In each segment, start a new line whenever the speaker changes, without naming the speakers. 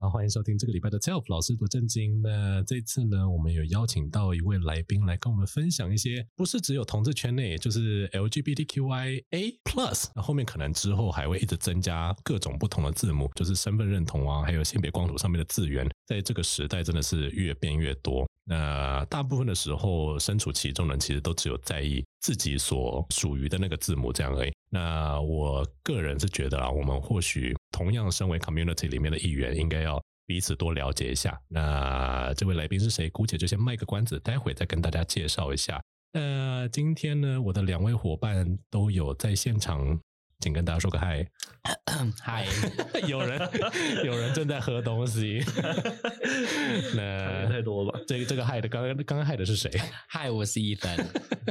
啊欢迎收听这个礼拜的 Self 老师不正经。那这次呢，我们有邀请到一位来宾来跟我们分享一些不是只有同志圈内，就是 LGBTQIA Plus，那后面可能之后还会一直增加各种不同的字母，就是身份认同啊，还有性别光谱上面的字源，在这个时代真的是越变越多。那大部分的时候，身处其中的人其实都只有在意自己所属于的那个字母这样而已。那我个人是觉得啊，我们或许同样身为 community 里面的一员，应该要彼此多了解一下。那这位来宾是谁？姑且就先卖个关子，待会再跟大家介绍一下。那今天呢，我的两位伙伴都有在现场，请跟大家说个 嗨。
嗨，
有人有人正在喝东西，
人
那
太多了吧？
这个这个害的，刚刚刚刚害的是谁？
嗨，我是伊凡。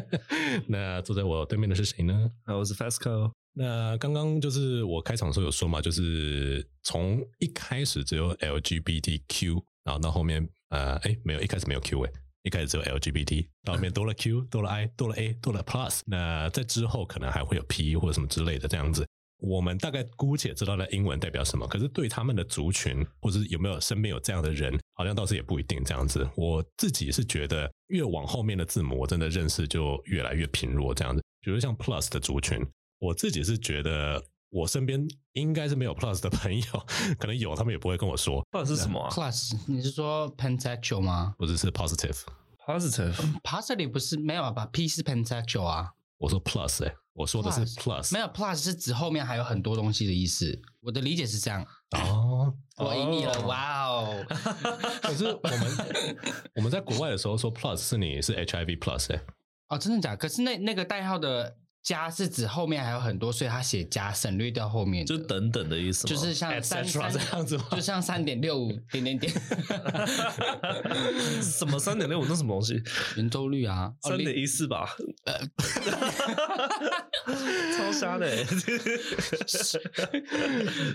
那坐在我对面的是谁呢？
啊，我是 Fasco，
那刚刚就是我开场的时候有说嘛，就是从一开始只有 LGBTQ，然后到后面呃，哎，没有，一开始没有 Q 哎、一开始只有 LGBT，到后面多了 Q，多了 I，多了 A，多了 Plus，那在之后可能还会有 P 或者什么之类的这样子。我们大概姑且知道了英文代表什么，可是对他们的族群或者是有没有身边有这样的人，好像倒是也不一定这样子。我自己是觉得越往后面的字母，我真的认识就越来越贫弱这样子。比如像 Plus 的族群，我自己是觉得我身边应该是没有 Plus 的朋友，可能有他们也不会跟我说，
到底是什么啊
Class，你是说 pansexual 吗
不是是 positive。
啊？Positive，
？Positive 不是没有吧？P 是 pansexual 啊，
我说 plus 哎、我说的是 plus，
没有 plus 是指后面还有很多东西的意思。我的理解是这样。
哦。
我赢你了，
哦
哇 哦！
可是我们我们在国外的时候说 plus 是你是 HIV plus 哎、
哦，真的假的？可是那那个代号的加是指后面还有很多，所以他写加，省略掉后面的，
就等等的意思吗，
就是像
et
三
cetera
三
这样子吗
就像三点六五点点点
什么三点六五那什么东西，
圆周率啊，哦
三
零
点一四吧，
呃
超瞎 的欸，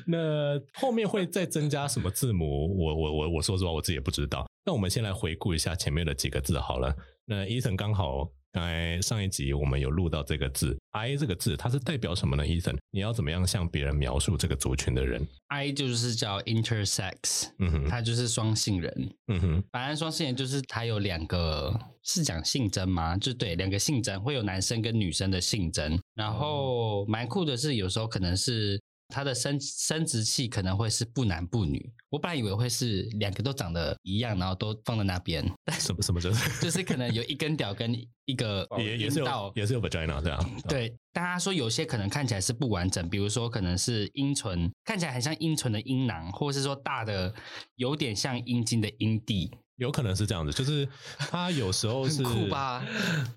那后面会再增加什么字母？我我我我说实话，我自己也不知道。那我们先来回顾一下前面的几个字好了。那伊森刚好刚才上一集我们有录到这个字 “I” 这个字，它是代表什么呢？伊森，你要怎么样向别人描述这个族群的人？
I 就是叫 intersex，
嗯哼，
他就是双性人。
嗯 哼，
反正双性恋就是它有两个是讲性征吗？就对，两个性征会有男生跟女生的性征。然
哦
后蛮酷的是，有时候可能是他的生生殖器可能会是不男不女。我本来以为会是两个都长得一样，然后都放在那边，
什么什么就是
就是可能有一根屌跟一个
也也是
阴道
有。也是有 vagina 这样。
对，大家说有些可能看起来是不完整，比如说可能是阴唇，看起来很像阴唇的阴囊，或者是说大的有点像阴茎的阴蒂，
有可能是这样子，就是他有时候是啊
很酷吧？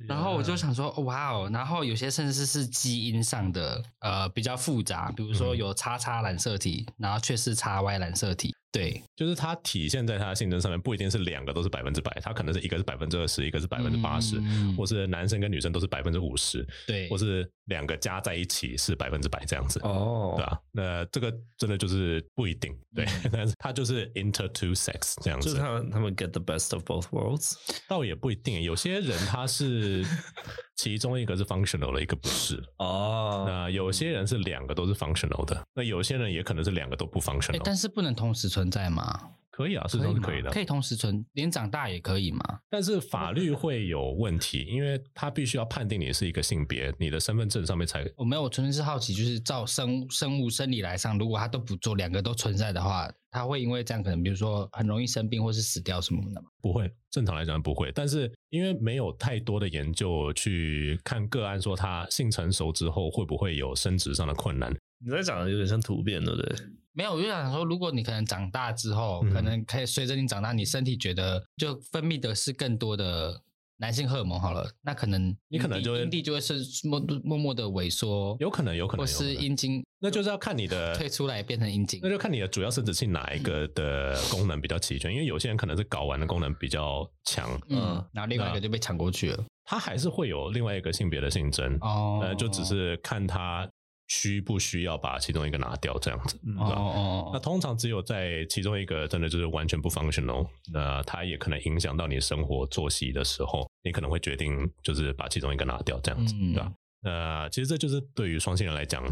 然后我就想说，哦哇哦！然后有些甚至是基因上的，呃，比较复杂，比如说
嗯
有叉叉染色体，然后却是叉 Y 染色体。对，
就是它体现在它的性征上面，不一定是两个都是百分之百，它可能是一个是百分之二十，一个是百分之八十，
嗯
或是男生跟女生都是百分之五十，
对
或，是两个加在一起是百分之百这样子。
哦
对啊，那这个真的就是不一定，对， 但是它就是 inter two sex 这样
就是
子，
他们他们 get the best of both worlds，
倒也不一定。有些人他是 其中一个是 functional 的，一个不是。
哦，
那有些人是两个都是 functional 的，那有些人也可能是两个都不
诶
functional。
但是不能同时存在吗？
可以啊，是都是
吗
可以的，
可以同时存，连长大也可以吗？
但是法律会有问题，因为他必须要判定你是一个性别，你的身份证上面才
我没有，我纯粹是好奇，就是照生物生物生理来上，如果它都不做，两个都存在的话，它会因为这样可能，比如说很容易生病或是死掉什么的吗？
不会。正常来讲不会，但是因为没有太多的研究去看个案，说他性成熟之后会不会有生殖上的困难。
你在讲的有点像突变，对不对？
没有，我就想说，如果你可能长大之后，
嗯
可能可以随着你长大，你身体觉得就分泌的是更多的男性荷尔蒙好了，那可能
你可能
阴蒂
就会
阴蒂就会是默默默的萎缩，
有可能有可能
或
有可能
是阴茎
那就是要看你 的
退出来变成阴茎
那。就看你的主要生殖器哪一个的功能比较齐全，因为有些人可能是睾丸的功能比较强，
嗯
嗯，
然后另外一
那
个就被抢过去了。
他还是会有另外一个性别的性征，
哦，
呃，就只是看他需不需要把其中一个拿掉这样子。
嗯
哦哦
啊那
哦，
通常只有在其中一个真的就是完全不 functional，那它也可能影响到你生活作息的时候，你可能会决定就是把其中一个拿掉这样子，
嗯
对吧、那其实这就是对于双性人来讲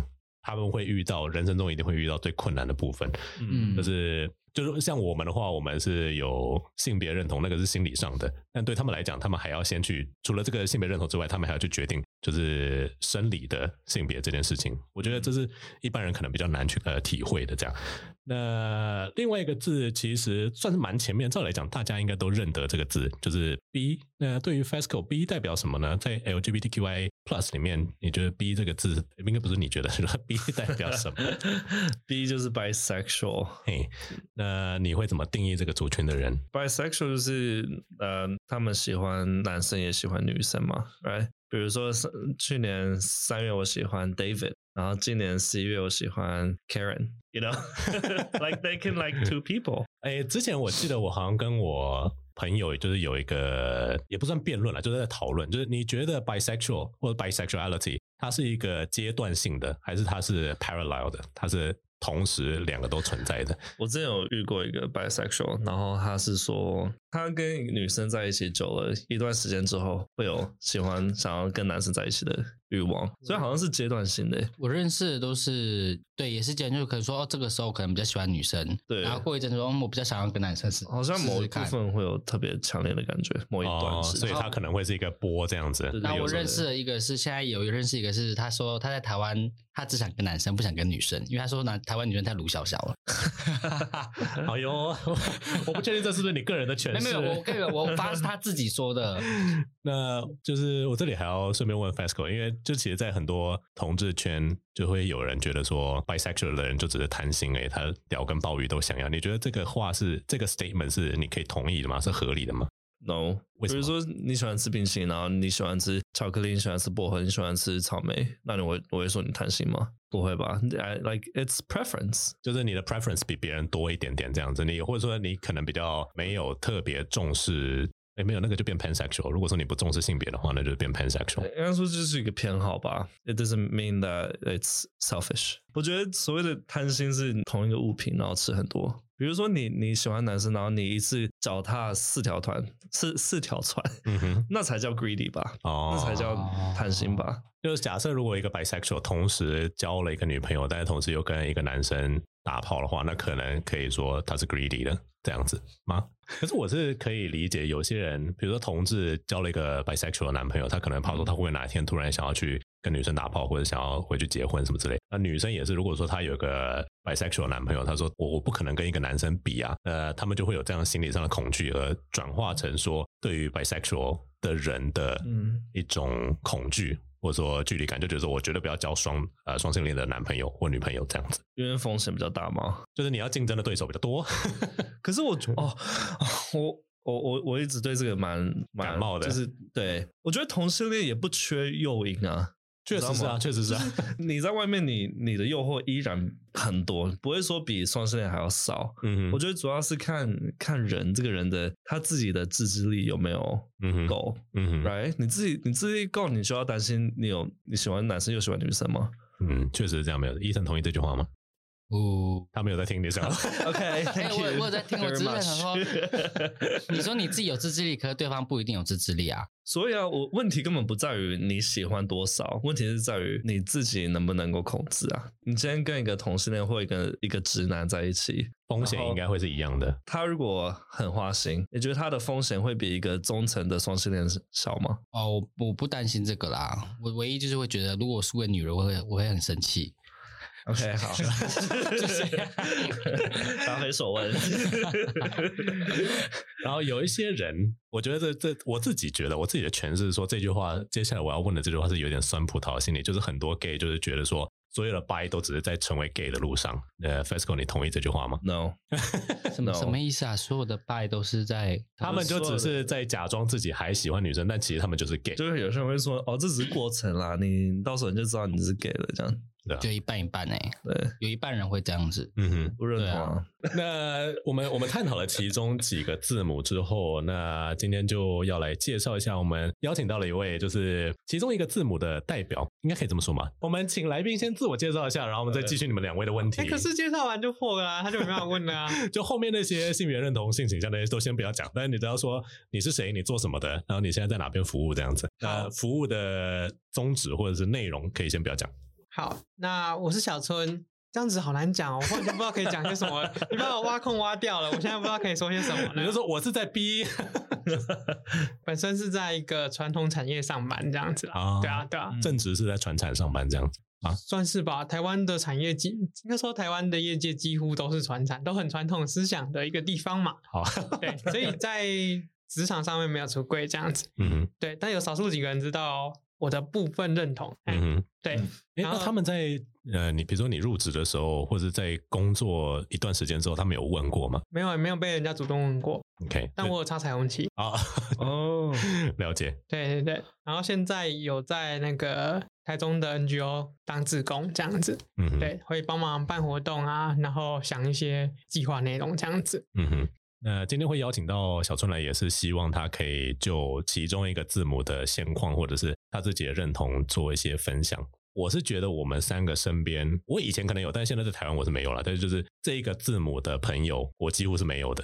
他们会遇到人生中一定会遇到最困难的部分，
嗯
就是就是像我们的话，我们是有性别认同，那个是心理上的，但对他们来讲，他们还要先去除了这个性别认同之外，他们还要去决定就是生理的性别这件事情。我觉得这是一般人可能比较难去呃体会的这样。那另外一个字其实算是蛮前面，照理来讲大家应该都认得这个字，就是 B。那对于 FESCO B 代表什么呢？在 LGBTQI Plus 里面，你觉得 B 这个字应该不是你觉得，是 B 代表什么？
B 就是 bisexual，
嘿，那你会怎么定义这个族群的人？
bisexual 就是呃，他们喜欢男生也喜欢女生嘛，right？比如说是去年三月我喜欢 David，然后今年十一月我喜欢 Karen，you know，like they can like two people。
哎，之前我记得我好像跟我朋友就是有一个也不算辩论了，就是在讨论，就是你觉得 bisexual 或者 bisexuality 它是一个阶段性的，还是它是 parallel 的？它是同时两个都存在的？
我之前有遇过一个 bisexual，然后他是说他跟女生在一起久了一段时间之后，会有喜欢想要跟男生在一起的欲望，所以好像是阶段性的。
我认识的都是对，也是这样，就可能说哦，这个时候可能比较喜欢女生，
对
然后过一阵子说、嗯我比较想要跟男生是，
好像某一
试试
部
看哦
分会有特别强烈的感觉，某一段
哦
时
所
间
以它可能会是一个波这样子。
对对
然后
有
我
时候
认识的一个是现在有认识一个是，他说他在台湾，他只想跟男生，不想跟女生，因为他说男台湾女生太鲁小小了。
哎呦， 我不确定这是不是你个人的诠
没有
释。
没有，我这个我发是他自己说的，
那就是我这里还要顺便问 FESCO，因为就其实，在很多同志圈，就会有人觉得说 bisexual 的人就只是贪心而已，他屌跟鲍鱼都想要。你觉得这个话是这个 statement 是你可以同意的吗？是合理的吗？
no，
为
比
什么
如说你喜欢吃冰淇淋，然后你喜欢吃巧克力，你喜欢吃薄荷，你喜欢吃草莓，那你会我会说你贪心吗？不会吧？I like it's preference。
就是你的 preference 比别人多一点点这样子，你或者说你可能比较没有特别重视，哎，没有那个就变 pansexual。如果说你不重视性别的话，那就变 pansexual。
应该说就是一个偏好吧。It doesn't mean that it's selfish。我觉得所谓的贪心是同一个物品，然后吃很多。比如说你你喜欢男生，然后你一次脚踏四条船，四四条船，
嗯哼，
那才叫 greedy 吧，
哦，
那才叫贪心吧。
就是假设如果一个 bisexual 同时交了一个女朋友，但是同时又跟一个男生打炮的话，那可能可以说他是 greedy 的这样子吗？可是我是可以理解有些人，比如说同志交了一个 bisexual 的男朋友，他可能
嗯
怕说他会不会哪一天突然想要去跟女生打炮，或者想要回去结婚什么之类。那女生也是，如果说她有一个 bisexual 的男朋友，她说我我不可能跟一个男生比啊，呃，他们就会有这样心理上的恐惧，而转化成说对于 bisexual 的人的
嗯
一种恐惧，或者说距离感，就觉得说我绝对不要交双呃双性恋的男朋友或女朋友这样子，
因为风险比较大嘛。
就是你要竞争的对手比较多。
可是我觉哦，我我我我一直对这个蛮蛮
感冒的
就是对我觉得同性恋也不缺诱因啊。
确实是啊，确实是啊。
你在外面你，你的诱惑依然很多，不会说比双性恋还要少。
嗯
我
哼，
觉得主要是看看人这个人的他自己的自制力有没有
嗯哼，
够、
嗯
r
哼，
i g h t 你自己你自制力够，你就要担心你有你喜欢男生又喜欢女生 吗
嗯，确实是这样。没有，医生同意这句话吗？
哦。
他没有在听你讲。
哎
？OK，Thank、
我
you
我有在听我
very
只是在
much
想 说你说你自己有自制力，可是对方不一定有自制力啊。
所以啊，我问题根本不在于你喜欢多少，问题是在于你自己能不能够控制啊。你今天跟一个同性恋或一个一个直男在一起，
风险应该会是一样的。
他如果很花心，你觉得他的风险会比一个忠诚的双性恋小吗？
哦，我我不担心这个啦，我唯一就是会觉得，如果我输给女人，我会我会很生气。
OK，好，答非所 问。
然后有一些人，我觉得这这我自己觉得，我自己的诠释是说这句话，接下来我要问的这句话是有点酸葡萄心理，就是很多 gay 就是觉得说。所有的 bi 都只是在成为 gay 的路上。呃，Fesco，你同意这句话吗？
No，
什么
No
什么意思啊？所有的拜都是在
他们就只是在假装自己还喜欢女生，但其实他们就是 gay。
就是有些人会说，哦，这只是过程啦，你到时候你就知道你是 gay 了，这样。
就一半一半哎、
对，
有一半人会这样子。
嗯哼，
不认同
对
啊。
那我们我们探讨了其中几个字母之后，那今天就要来介绍一下，我们邀请到了一位就是其中一个字母的代表，应该可以这么说嘛？我们请来宾先自我介绍一下，然后我们再继续你们两位的问题。
哎、可是介绍完就破了、啊，他就没办法问了啊。
就后面那些性别认同、性倾向那些都先不要讲，但是你只要说你是谁、你做什么的，然后呃你现在在哪边服务这样子。那服务的宗旨或者是内容可以先不要讲。
好，那我是小春。这样子好难讲哦，我完全不知道可以讲些什么了。你把我挖空挖掉了，我现在不知道可以说些什么
你就
了。
说我是在逼
本身是在一个传统产业上班这样子啦，
啊
对啊，对啊，
嗯
正职是在船厂上班这样子。
算是吧。台湾的产业几，应该说台湾的业界几乎都是传产，都很传统思想的一个地方嘛。
好，
对，所以在职场上面没有出柜这样子。
嗯哼，
对，但有少数几个人知道我的部分认同。哎
嗯哼。
对，
嗯
诶，
然
那
后
他们在呃，你比如说你入职的时候，或者在工作一段时间之后，他们有问过吗
没有没有被人家主动问过，
？OK，
但我有插彩虹旗。
啊，
哦，
了解，
对对对，然后现在有在那个台中的 NGO 当志工这样子，
嗯哼，，
对，会帮忙办活动啊，然后想一些计划内容这样子。
嗯哼。那今天会邀请到小春来，也是希望他可以就其中一个字母的现况，或者是他自己的认同做一些分享。我是觉得我们三个身边，我以前可能有，但现在在台湾我是没有了。但是就是这一个字母的朋友，我几乎是没有的。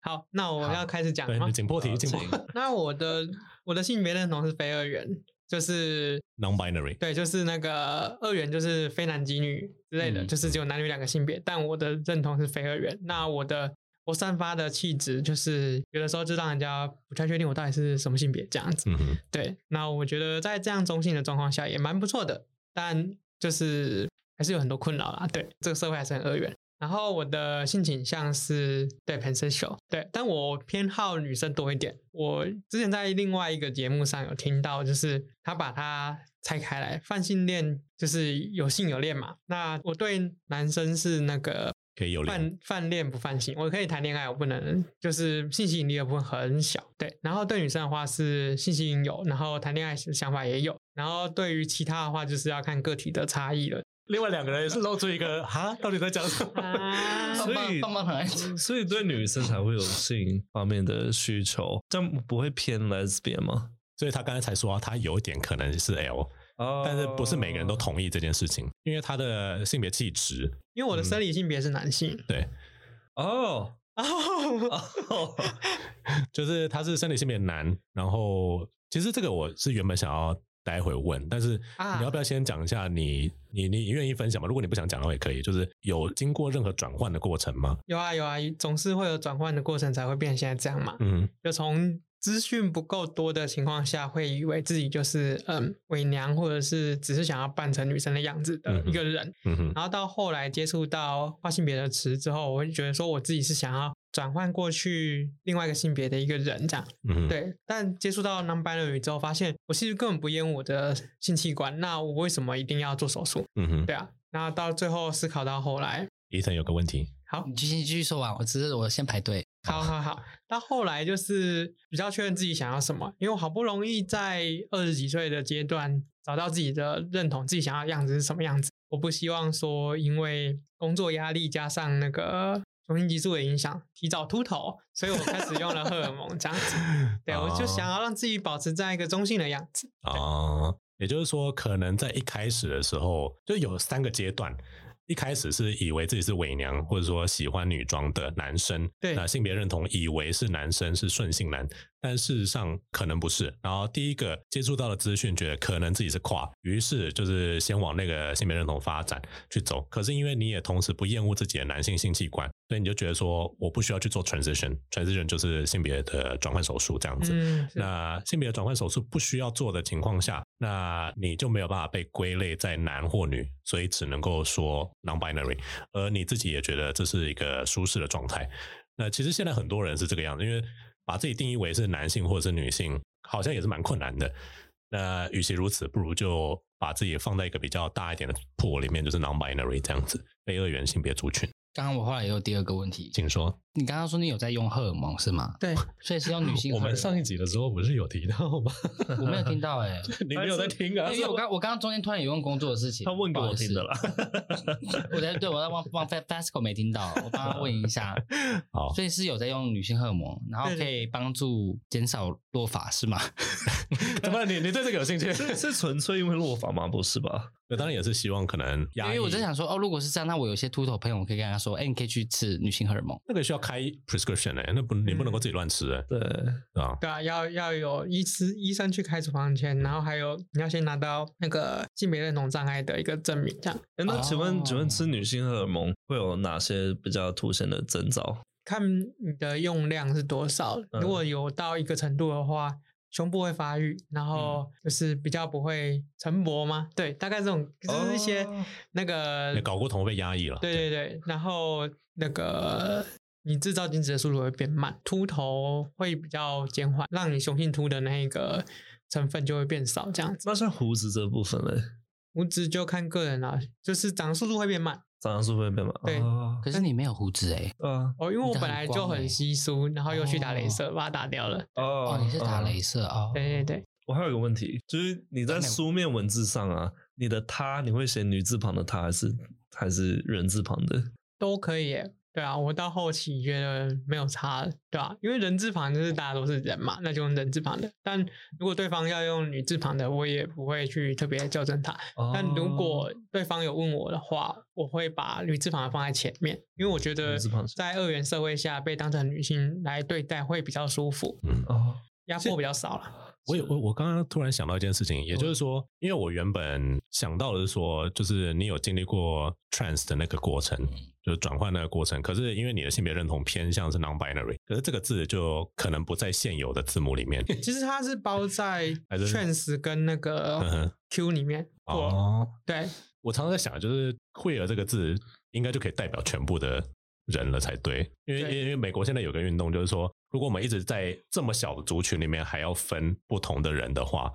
好，那我要开始讲
对
吗，？
紧迫题，
好
紧迫
请
那我的我的性别认同是非二元，就是
，non-binary。
对，就是那个二元就是非男即女之类的，
嗯
就是只有男女两个性别。但我的认同是非二元，那我的我散发的气质就是有的时候就让人家不太确定我到底是什么性别这样子。
嗯哼，
对，那我觉得在这样中性的状况下也蛮不错的，但就是还是有很多困扰啦。对，这个社会还是很二元。然后我的性倾向是对 pansexual，对，但我偏好女生多一点。我之前在另外一个节目上有听到，就是他把它拆开来，泛性恋就是有性有恋嘛。那我对男生是那个
可以有两
泛泛恋不泛性，我可以谈恋爱，我不能就是性吸引力的部分很小。对，然后对女生的话是性吸引有，然后谈恋爱的想法也有，然后对于其他的话就是要看个体的差异了。
另外两个人也是露出一个哈，到底在讲什么？
啊
所以
棒棒棒很爱
嗯
讲
所以对女生才会有性方面的需求，这样不会偏 lesbian 吗？
所以他刚才才说、啊、他有一点可能是 L，
哦
但是不是每个人都同意这件事情，因为他的性别气质，
因为我的生理性别是男性，
哦
嗯
哦，
哦，
就是他是生理性别男。然后其实这个我是原本想要待会问，但是
啊
你要不要先讲一下你你你你愿意分享吗？如果你不想讲的话也可以，就是有经过任何转换的过程吗？
有啊有啊，总是会有转换的过程才会变成现在这样嘛。
嗯
就从资讯不够多的情况下，会以为自己就是嗯伪娘，或者是只是想要扮成女生的样子的一个人。
嗯哼
然后到后来接触到跨性别的词之后，我会觉得说我自己是想要转换过去另外一个性别的一个人这样。
嗯哼，
对，但接触到 non-binary 之后，发现我其实根本不厌恶我的性器官，那我为什么一定要做手术？
嗯哼。
对啊，然后到最后思考到后来，
伊藤有个问题，
好
你继续继续说完，我只是我先排队。
好好好，到后来就是比较确认自己想要什么，因为我好不容易在二十几岁的阶段找到自己的认同，自己想要的样子是什么样子。我不希望说因为工作压力加上那个雄性激素的影响，提早秃头，所以我开始用了荷尔蒙这样子。对，我就想要让自己保持在一个中性的样子。
哦，也就是说，可能在一开始的时候就有三个阶段。一开始是以为自己是伪娘，或者说喜欢女装的男生，
对
那性别认同以为是男生是顺性男，但事实上可能不是。然后第一个接触到的资讯，觉得可能自己是跨，于是就是先往那个性别认同发展去走。可是因为你也同时不厌恶自己的男性性器官，所以你就觉得说我不需要去做 transition，transition 就是性别的转换手术这样子。
嗯，是
那性别转换手术不需要做的情况下，那你就没有办法被归类在男或女，所以只能够说 non-binary。而你自己也觉得这是一个舒适的状态。那其实现在很多人是这个样子，因为把自己定义为是男性或者是女性，好像也是蛮困难的。那与其如此，不如就把自己放在一个比较大一点的 pool 里面，就是 non-binary 这样子，非二元性别族群。
刚刚我后来也有第二个问题，
请说，
你刚刚说你有在用荷尔蒙是吗？
对，
所以是用女性荷尔蒙。
一集的时候不是有提到吗？
我没有听到哎、
你没有在听啊
因为我刚我刚刚中间突然有问工作的事情，
他问给
不好
我
意思
听的 啦。
我在对我在忘忘 Fasco 没听到，我帮他问一 下。
好
所以是有在用女性荷尔蒙，然后
对对
可以帮助减少落发是吗？
怎么了你你对这个有兴趣？
是是纯粹因为落法吗？不是吧？
那当然也是希望可能
因
压抑，
为我在想说，哦，如果是这样，那我有一些秃头朋友，我可以跟他说，哎，你可以去吃女性荷尔蒙。
那个需要开 prescription 哎、那不你不能够自己乱吃哎、
对，
对吧？
对啊，要要有医师医生去开处方签，然后还有你要先拿到那个性别认同障碍的一个证明，这样
诶哎那请问、
哦
请问吃女性荷尔蒙会有哪些比较凸显的征兆？
看你的用量是多少。
嗯
如果有到一个程度的话，胸部会发育，然后就是比较不会晨勃吗？对，大概这种就是一些
哦
那个、
嗯
你搞过头被压抑了，
对对对，然后那个你制造精子的速度会变慢，秃头会比较减缓，让你雄性秃的那个成分就会变少，这样子。
那像胡子这部分嘞，
胡子就看个人啦、就是长速度会变慢
长相是会变吗？
对
啊
可是你没有胡子哎、
对啊，
哦，因为
你
我
的
本
很
来就
光欸
很稀疏，然后又去打
哦
镭射，把它打掉了。
哦
哦，你是打
嗯
镭射哦。
对对对，
我还有一个问题，就是你在书面文字上啊，你的“她”你会写女字旁的“她”还是还是人字旁的？
都可以耶。对啊，我到后期觉得没有差了，对啊，因为人字旁就是大家都是人嘛，那就用人字旁的。但如果对方要用女字旁的，我也不会去特别纠正他。 但如
哦
果对方有问我的话，我会把女字旁放在前面，因为我觉得
女字旁
在二元社会下被当成女性来对待会比较舒服，
哦，
压迫比较少 了。
我有我我刚刚突然想到一件事情，也就是说，因为我原本想到的是说，就是你有经历过 trans 的那个过程，
嗯
就是转换那个过程。可是因为你的性别认同偏向是 non-binary，可是这个字就可能不在现有的字母里 面。
其实它是包在
还是
trans 跟那
嗯
个
哼
Q 里面，我
哦，
对
我常常在想，就是“会儿”这个字应该就可以代表全部的人了才对，因为因
对
为因为美国现在有个运动，就是说，如果我们一直在这么小的族群里面还要分不同的人的话，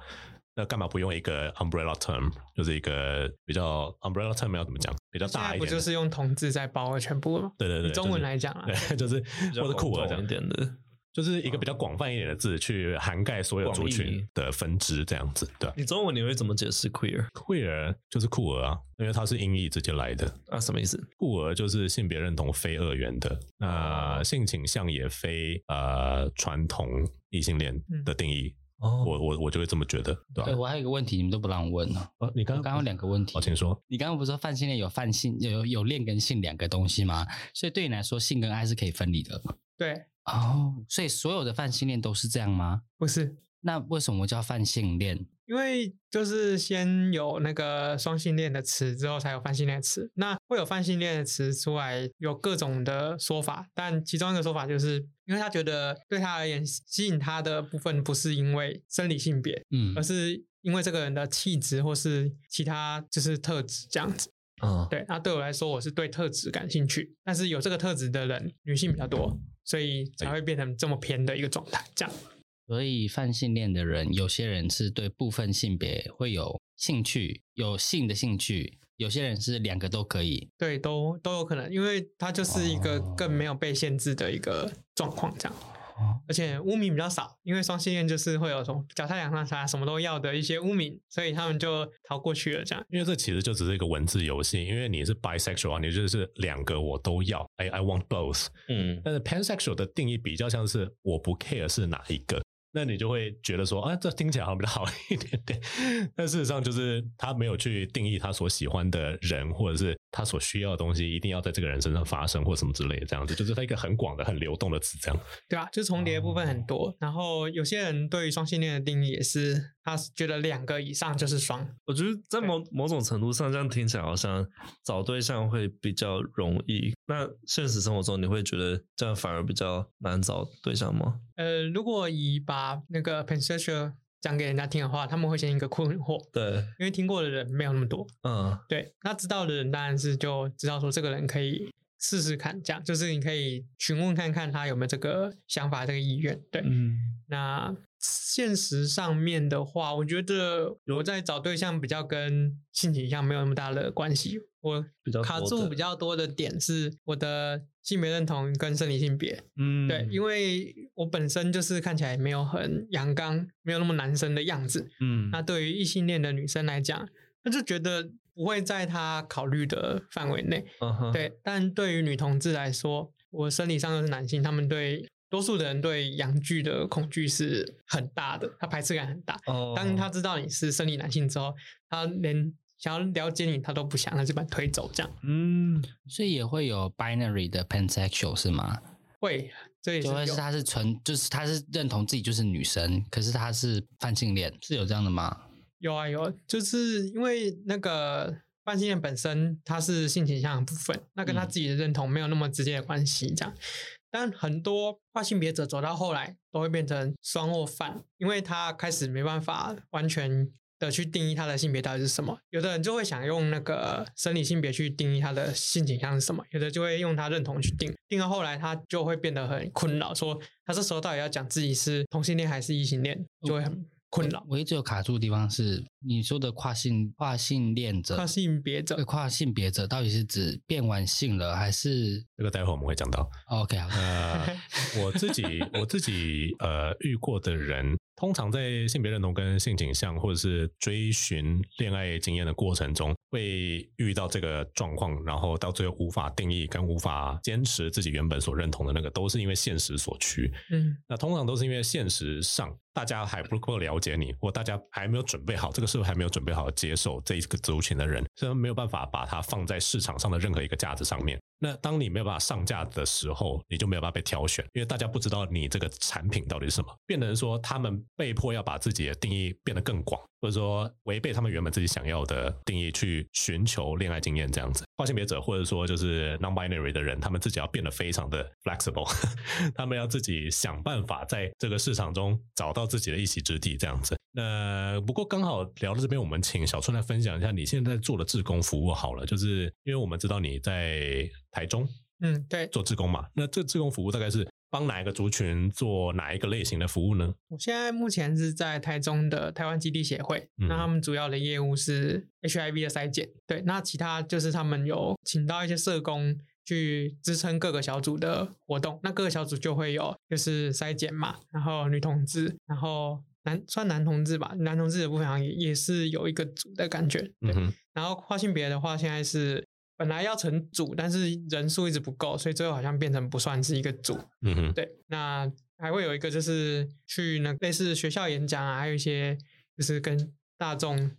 那干嘛不用一个 umbrella term，就是一个比较 umbrella term 要怎么讲，比较
现
大
在
一
不
点的，
就是用同志在包了全部吗？
对对对，
以中文
就是
来讲啊，
对， 就是
比较
或者酷
广
儿
泛一点的。
就是
嗯
一个比较广泛一点的字去涵盖所有族
广
群
义
的分支，这样子对吧。
你中文你会怎么解释 queer
会儿就是酷儿啊，因为它是音译直接来的。
啊？什么意思？
酷儿就是性别认同非二元的，那、性倾向也非呃传统异性恋的定义。
哦
我我我就会这么觉得，对吧、
嗯对，我还有一个问题，你们都不让我问呢、
呃你刚
我刚刚有两个问题
哦，请说。
你刚刚不是说泛性恋有泛性有有恋跟性两个东西吗？所以对你来说，性跟爱是可以分离的
对，
哦。所以所有的泛性恋都是这样吗？
不是。
那为什么叫泛性恋？
因为就是先有那个双性恋的词，之后才有泛性恋的词。那会有泛性恋的词出来，有各种的说法，但其中一个说法就是，因为他觉得对他而言吸引他的部分不是因为生理性别，
嗯
而，是因为这个人的气质或是其他就是特质这样子。
啊，
对，那对我来说，我是对特质感兴趣，但是有这个特质的人，女性比较多，所以才会变成这么偏的一个状态。这样，
所以泛性恋的人，有些人是对部分性别会有兴趣，有性的兴趣；有些人是两个都可以。
对，都都有可能，因为它就是一个
哦
更没有被限制的一个状况，这样
哦。
而且污名比较少，因为双性恋就是会有从脚踏两上茶什么都要的一些污名，所以他们就逃过去了。这样，
因为这其实就只是一个文字游戏，因为你是 bisexual，你啊就是两个我都要，I I want both。
嗯，
呃
但是 pansexual 的定义比较像是我不 care 是哪一个，那你就会觉得说啊，这听起来好像比较好一点点。 但事实上就是他没有去定义他所喜欢的人，或者是他所需要的东西一定要在这个人身上发生或什么之类的，这样子就是他一个很广的、很流动的词，这样。
对吧、就是重叠的部分很多，然后有些人对于双性恋的定义也是，他觉得两个以上就是双，
我觉得在某某种程度上，这样听起来好像找对象会比较容易。那现实生活中，你会觉得这样反而比较难找对象吗？
呃，如果以把那个 pansexual 讲给人家听的话，他们会先一个困惑，
对，
因为听过的人没有那么多。
嗯，
对，那知道的人当然是就知道说这个人可以试试看，这样就是你可以询问看看他有没有这个想法、这个意愿。对，
嗯，
那现实上面的话，我觉得我在找对象比较跟性倾向没有那么大的关系。我
比较
卡
多
住
的
比较多的点是我的性别认同跟生理性别，
嗯，
对，因为我本身就是看起来没有很阳刚，没有那么男生的样子。
嗯，
那对于异性恋的女生来讲，她就觉得不会在她考虑的范围内。
嗯哼，
对，但对于女同志来说，我生理上又是男性，他们对多数的人对阳具的恐惧是很大的，他排斥感很大。
哦
当他知道你是生理男性之后，他连想要了解你，他都不想，他就把你推走。这样
嗯，
所以也会有 binary 的 pansexual 是吗？
会，这也是
就会是
有
他是纯，就是他是认同自己就是女生，可是他是泛性恋，是有这样的吗？
有啊有啊，就是因为那个泛性恋本身它是性倾向的部分，那跟他
嗯
自己的认同没有那么直接的关系，这样。但很多跨性别者走到后来都会变成双或泛，因为他开始没办法完全的去定义他的性别到底是什么。有的人就会想用那个生理性别去定义他的性倾向是什么，有的就会用他认同去定。定到后来，他就会变得很困扰，说他这时候到底要讲自己是同性恋还是异性恋，就会
嗯
很困扰。
我一直有卡住的地方是你说的跨性跨性恋者，
跨性别者
对跨性别者到底是指变完性了，还是哦
这个待会我们会讲到。
OK 好？
呃，我自己我自己呃遇过的人，通常在性别认同跟性倾向或者是追寻恋爱经验的过程中，会遇到这个状况，然后到最后无法定义跟无法坚持自己原本所认同的那个，都是因为现实所趋。
嗯，
那通常都是因为现实上大家还不够了解你，或大家还没有准备好，这个社会还没有准备好接受这一个族群的人，所以没有办法把它放在市场上的任何一个架子上面。那当你没有办法上架的时候，你就没有办法被挑选，因为大家不知道你这个产品到底是什么，变成说他们被迫要把自己的定义变得更广，或者说违背他们原本自己想要的定义去寻求恋爱经验这样子。跨性别者或者说就是 non-binary 的人，他们自己要变得非常的 flexible，他 们要自己想办法在这个市场中找到自己的一席之地，这样子。那不过刚好聊到这边，我们请小春来分享一下你现在做的志工服务好了，就是因为我们知道你在台中
嗯，对
做志工嘛，那这志工服务大概是帮哪一个族群做哪一个类型的服务呢？
我现在目前是在台中的台湾基地协会，
嗯
那他们主要的业务是 HIV 的筛检，对，那其他就是他们有请到一些社工去支撑各个小组的活动，那各个小组就会有就是筛检嘛，然后女同志，然后男算男同志吧，男同志的部分好像也也是有一个组的感觉，对，
嗯哼，
然后跨性别的话，现在是本来要成组，但是人数一直不够，所以最后好像变成不算是一个组，
嗯哼，
对，那还会有一个就是去那类似学校演讲啊，还有一些就是跟大众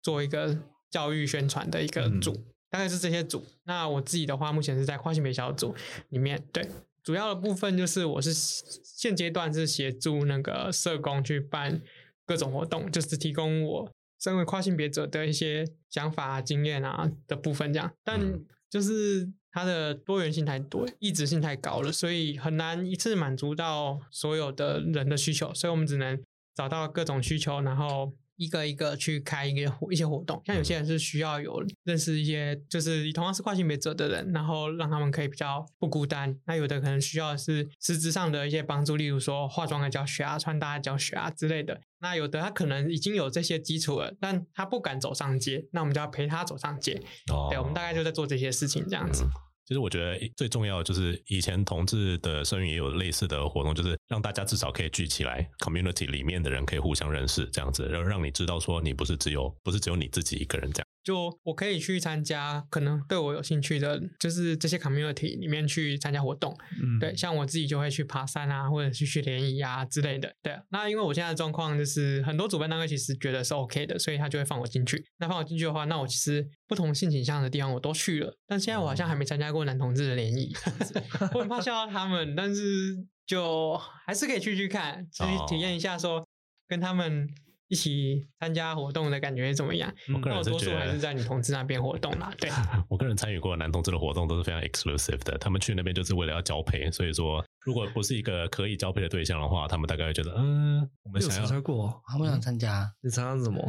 做一个教育宣传的一个组，
嗯
大概是这些组。那我自己的话，目前是在跨性别小组里面，对。主要的部分就是，我是现阶段是协助那个社工去办各种活动，就是提供我身为跨性别者的一些想法、啊、经验啊的部分，这样。但
嗯
就是它的多元性太多，异质性太高了，所以很难一次满足到所有的人的需求，所以我们只能找到各种需求，然后。一个一个去开一个活一些活动，像有些人是需要有认识一些，就是同样是跨性别者的人，然后让他们可以比较不孤单。那有的可能需要是实质上的一些帮助，例如说化妆的教学啊、穿搭的教学啊之类的。那有的他可能已经有这些基础了，但他不敢走上街，那我们就要陪他走上街。
哦
对，我们大概就在做这些事情这样子。
嗯其实我觉得最重要的就是，以前同志的生育也有类似的活动，就是让大家至少可以聚起来，community 里面的人可以互相认识，这样子，然后让你知道说你不是只有不是只有你自己一个人这样。
就我可以去参加可能对我有兴趣的，就是这些 community 里面去参加活动。
嗯
对，，像我自己就会去爬山啊，或者是去联谊啊之类的。对，那因为我现在的状况就是很多主办单位其实觉得是 OK 的，所以他就会放我进去。那放我进去的话，那我其实不同性倾向的地方我都去了，但现在我好像
哦
还没参加过男同志的联谊，这样 子我很怕笑到他们，但是就还是可以去去看，去体
哦
验一下说跟他们。一起参加活动的感觉怎么样？
我个
那
人
我
是
多
觉
数还是
得，
在女同志那边活动啦， 对。
我个人参与过男同志的活动都是非常 exclusive 的，他们去那边就是为了要交配，所以说如果不是一个可以交配的对象的话，他们大概会觉得，嗯，我们
你有
想
参加
要
过？嗯
啊我想参加，
你参加什么？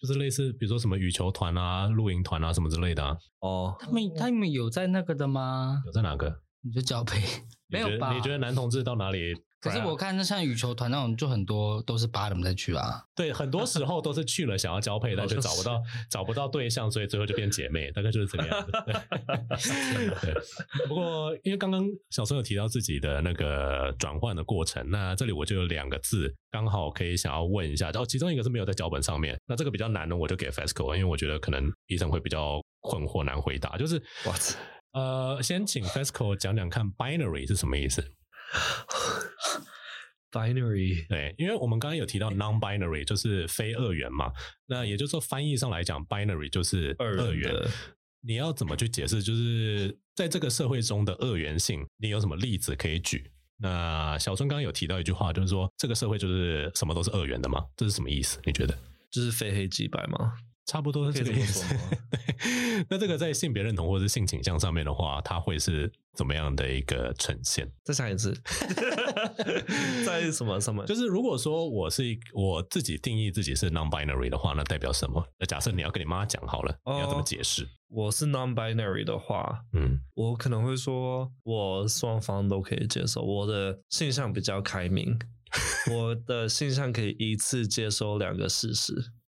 就是类似比如说什么羽球团啊、露营团啊什么之类的、啊，
哦，
他们他们有在那个的吗？
有在哪个？
你就交配 没
你觉
有
得
吧？
你觉得啊男同志到哪里？
可是我看那像羽球团那种，就很多都是 bottom 在去啊。
对，很多时候都是去了想要交配，但却找不到找不到对象，所以最后就变姐妹，大概就是这个样子。对，对不过因为刚刚小孙有提到自己的那个转换的过程，那这里我就有两个字，刚好可以想要问一下。然后其中一个是没有在脚本上面，那这个比较难呢，我就给 FESCO，因为我觉得可能医生会比较困惑难回答。就是
What？
呃，先请 FESCO 讲讲看 binary 是什么意思？
binary
对，因为我们刚刚有提到 non-binary 就是非二元嘛，那也就是说翻译上来讲，binary 就是
二
二元。
的
你要怎么去解释？就是在这个社会中的二元性，你有什么例子可以举？那小春刚刚有提到一句话，就是说这个社会就是什么都是二元的嘛，这是什么意思？你觉得？
就是非黑即白嘛。
差不多是这个
可以
意
这么
思
说吗。
对， 那这个在性别认同或者是性倾向上面的话，它会是怎么样的一个呈现？
再讲 一次，在什么什么？
就是如果说我是一我自己定义自己是 non-binary 的话，那代表什么？那假设你要跟你妈讲好了，你要怎么
哦
解释？
我是 non-binary 的话，
嗯
我可能会说，我双方都可以接受。我的性向比较开 明，我的性向可以一次接收两个事实，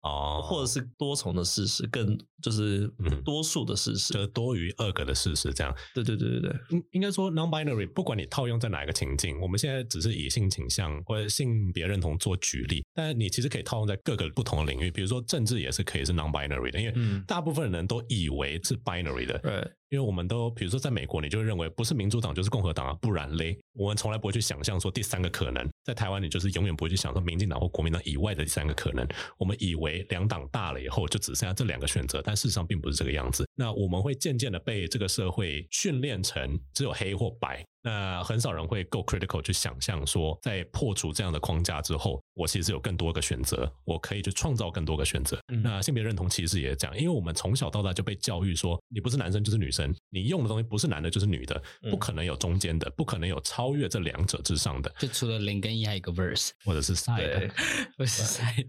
哦，
或者是多重的事实，更就是
嗯
多数的事实。
就是多于二个的事实这样。
对对对对对，
应应该说 non-binary，不管你套用在哪一个情境，我们现在只是以性倾向或者性别认同做举例，但你其实可以套用在各个不同的领域，比如说政治也是可以是 non-binary 的，因为
嗯，
大部分人都以为是 binary 的，
对，
因为我们都比如说在美国，你就会认为不是民主党就是共和党啊，不然嘞，我们从来不会去想象说第三个可能。在台湾，你就是永远不会去想说民进党或国民党以外的第三个可能。我们以为两党大了以后就只剩下这两个选择，但事实上并不是这个样子。那我们会渐渐的被这个社会训练成只有黑或白。那很少人会够 critical 去想象说，在破除这样的框架之后，我其实有更多个选择，我可以去创造更多个选择。
嗯
那性别认同其实也这样，因为我们从小到大就被教育说，你不是男生就是女生，你用的东西不是男的就是女的，
嗯
不可能有中间的，不可能有超越这两者之上的，
就除了零跟一，还有一个 verse，
或者是 side 的
对。
我是
啊
在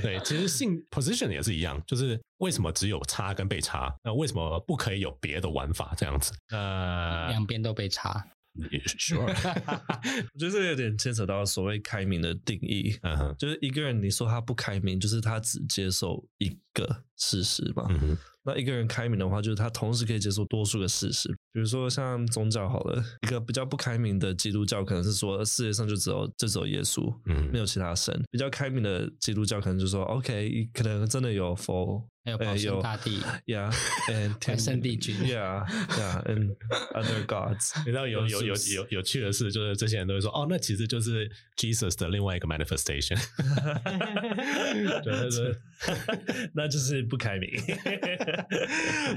对，其实性 position 也是一样，就是为什么只有插跟被插？那为什么不可以有别的玩法这样子？呃
两边都被查，
，sure，
我觉得这个有点牵扯到所谓开明的定义。
嗯哼，
就是一个人，你说他不开明，就是他只接受一个事实嘛。
嗯哼，
那一个人开明的话，就是他同时可以接受多数个事实，比如说像宗教好了，一个比较不开明的基督教可能是说世界上就只有就只有耶稣，
嗯
没有其他神。比较开明的基督教可能就说 OK，可能真的有佛，
还有保
呃
生
有
大帝，
，Yeah，and
关圣帝君
，Yeah，Yeah，and other gods。
你知道有有有有有趣的是，就是这些人都会说，哦，那其实就是 Jesus 的另外一个 manifestation。对对对，
那就是不开明。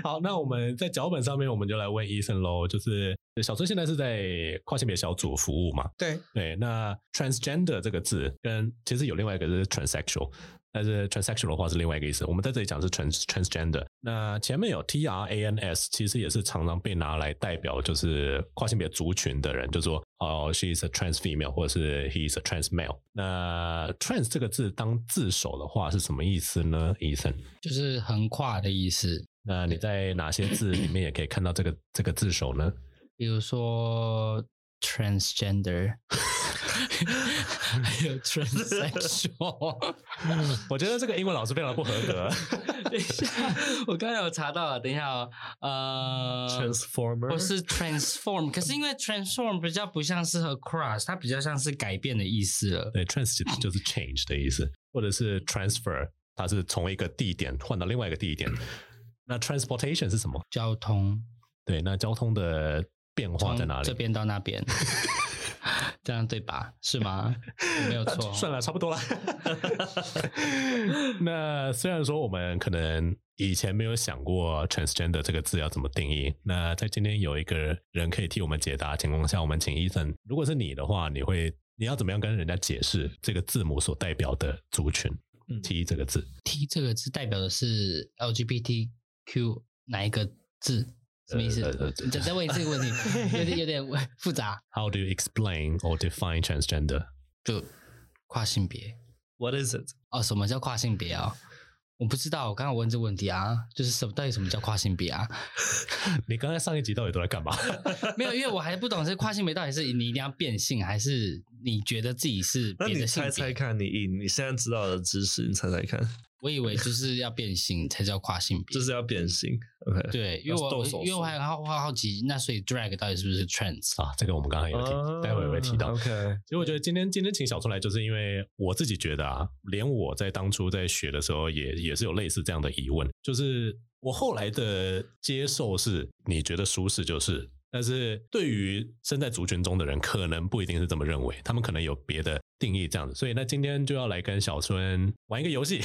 好，那我们在脚本上面，我们就来问医生喽。就是小春现在是在跨性别小组服务嘛？
对，
对，那 transgender 这个字跟其实有另外一个是 transsexual，但是 transsexual 的话是另外一个意思。我们在这里讲是 trans transgender。那前面有 T R A N S，其实也是常常被拿来代表就是跨性别族群的人，就说哦，she is a trans female，或者是 he is a trans male。那 trans 这个字当字首的话是什么意思呢？医生？
就是横跨的意思。
那你在哪些字里面也可以看到这个这个字首呢？
比如说 transgender，还有 transsexual。
我觉得这个英文老师非常不合格。 啊
等一下，我刚才有查到了，等一下哦，呃
Transformer，
哦
我是 transform，可是因为 transform 比较不像是和 cross，它比较像是改变的意思了。
对，trans 其实就是 change 的意思，或者是 transfer，它是从一个地点换到另外一个地点。那 transportation 是什么？
交通
对，那交通的变化
从
在哪里？
这边到那 边，这样对吧？是吗？我没有错。哦
算了，差不多了。那虽然说我们可能以前没有想过 transgender 这个字要怎么定义，那在今天有一个人可以替我们解答的情况下，我们请 Ethan，如果是你的话，你会你要怎么样跟人家解释这个字母所代表的族群、
嗯
T 这个字？
T 这个字代表的是 LGBTQ 哪一个字？什么意思
呃呃呃？
再再问一次这个问题，有点有点复杂。
How do you explain or define transgender？
就跨性别
What is it？
哦，什么叫跨性别啊、我不知道，我刚刚问这问题啊，就是什么到底什么叫跨性别啊？
你刚才上一集到底都在干嘛？
没有，因为我还不懂是跨性别到底是你一定要变性，还是你觉得自己是
那
别
你
的性
猜
别？
猜看，你以你现在知道的知识，你猜猜看，
我以为就是要变性才叫跨性别，
就是要变性。OK，
对，因为
要动
我
手术
因为我还好好好奇，那所以 drag 到底是不是 trans？
啊，这个我们刚才有提，
啊
待会儿会提到。
OK，
其实我觉得今天今天请小春来，就是因为我自己觉得啊，连我在当初在学的时候也也是有类似这样的疑问，就是我后来的接受是，你觉得舒适就是但是对于身在族群中的人，可能不一定是这么认为，他们可能有别的定义这样子。所以那今天就要来跟小春玩一个游戏，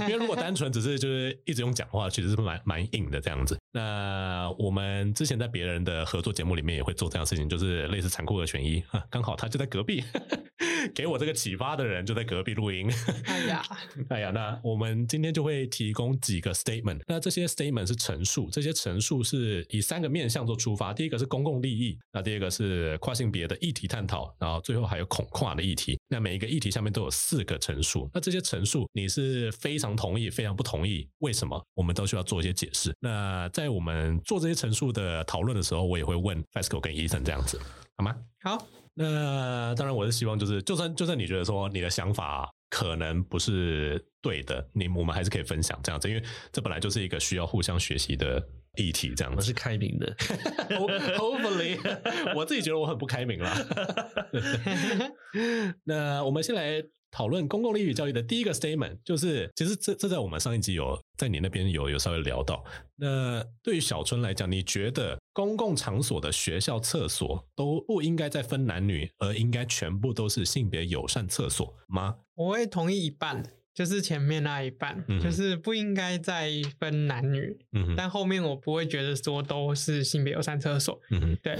因为如果单纯只是就是一直用讲话，其实是蛮蛮硬的这样子。那我们之前在别人的合作节目里面也会做这样的事情，就是类似残酷二选一，哈刚好他就在隔壁， 给我这个启发的人就在隔壁录音。
哎呀，
哎呀，那我们今天就会提供几个 statement。那这些 statement 是陈述，这些陈述是以三个面向做出发。第一个是公共利益，那第二个是跨性别的议题探讨，然后最后还有恐跨的议题。那每一个议题下面都有四个陈述。那这些陈述你是非常同意、非常不同意，为什么？我们都需要做一些解释。那在我们做这些陈述的讨论的时候，我也会问 FESCO 跟 Ethan 这样子，好吗？
好，
那当然，我是希望就是，就算就算你觉得说你的想法可能不是对的，你我们还是可以分享这样子，因为这本来就是一个需要互相学习的议题，这样
我
子
是。开明的，
Hopefully，我 自己觉得我很不开明 啦。那我们先来讨论公共利益教育的第一个 statement，就是其实这这在我们上一集有在你那边有有稍微聊到。那对于小春来讲，你觉得公共场所的学校厕所都不应该再分男女，而应该全部都是性别友善厕所吗？
我会同意一半，就是前面那一半，
嗯哼
就是不应该再分男女，
嗯哼，
但后面我不会觉得说都是性别友善厕所，
嗯哼，
对，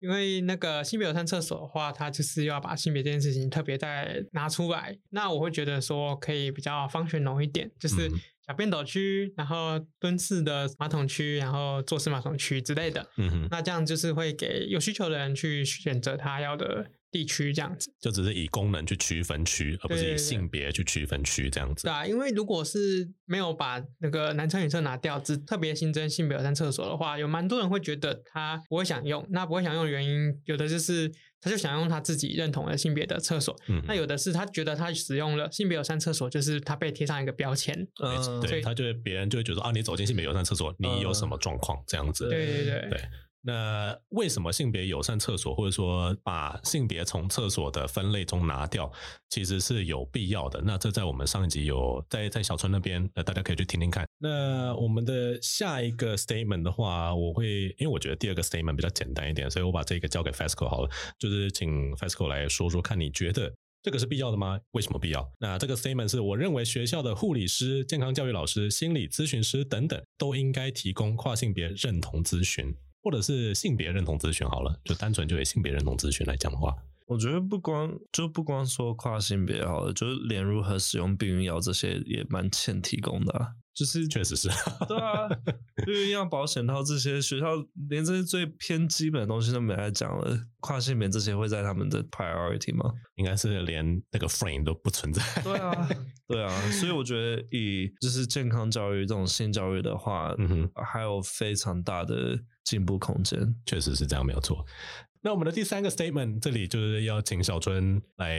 因为那个性别友善厕所的话，它就是要把性别这件事情特别再拿出来。那我会觉得说可以比较方选浓一点，就是
嗯
小便斗区，然后蹲式的马桶区，然后坐式马桶区之类的。
嗯哼，
那这样就是会给有需求的人去选择他要的地区，这样子。
就只是以功能去区分区，而不
对
是
对
以
对
性别去区分区这样子
对。啊，因为如果是没有把那个男厕女厕拿掉，只特别新增性别友善厕所的话，有蛮多人会觉得他不会想用。那不会想用的原因，有的就是他就想用他自己认同的性别的厕所，
嗯哼，
那有的是他觉得他使用了性别友善厕所，就是他被贴上一个标签。
没错
嗯
所
对
以
他就会别人就会觉得说啊，你走进性别友善厕所，你有什么状况这样子？
对对对，
对那为什么性别友善厕所，或者说把性别从厕所的分类中拿掉，其实是有必要的？那这在我们上一集有在在小春那边，呃，大家可以去听听看。那我们的下一个 statement 的话，我会因为我觉得第二个 statement 比较简单一点，所以我把这个交给 FESCO 好了，就是请 FESCO 来说说看，你觉得这个是必要的吗？为什么必要？那这个 statement 是我认为学校的护理师、健康教育老师、心理咨询师等等都应该提供跨性别认同咨询，或者是性别认同咨询好了，就单纯就以性别认同咨询来讲的话，
我觉得不光就不光说跨性别好了，就是连如何使用避孕药这些也蛮欠提供的、啊。
就是确实是，
对啊， 避孕药、保险套这些，学校连这些最偏基本的东西都没来讲了，跨性别这些会在他们的 priority 吗？
应该是连那个 frame 都不存在。
对啊，对啊，所以我觉得以就是健康教育这种性教育的话，
嗯哼，
还有非常大的进步空间。
确实是这样，没有错。那我们的第三个 statement，这里就是要请小春来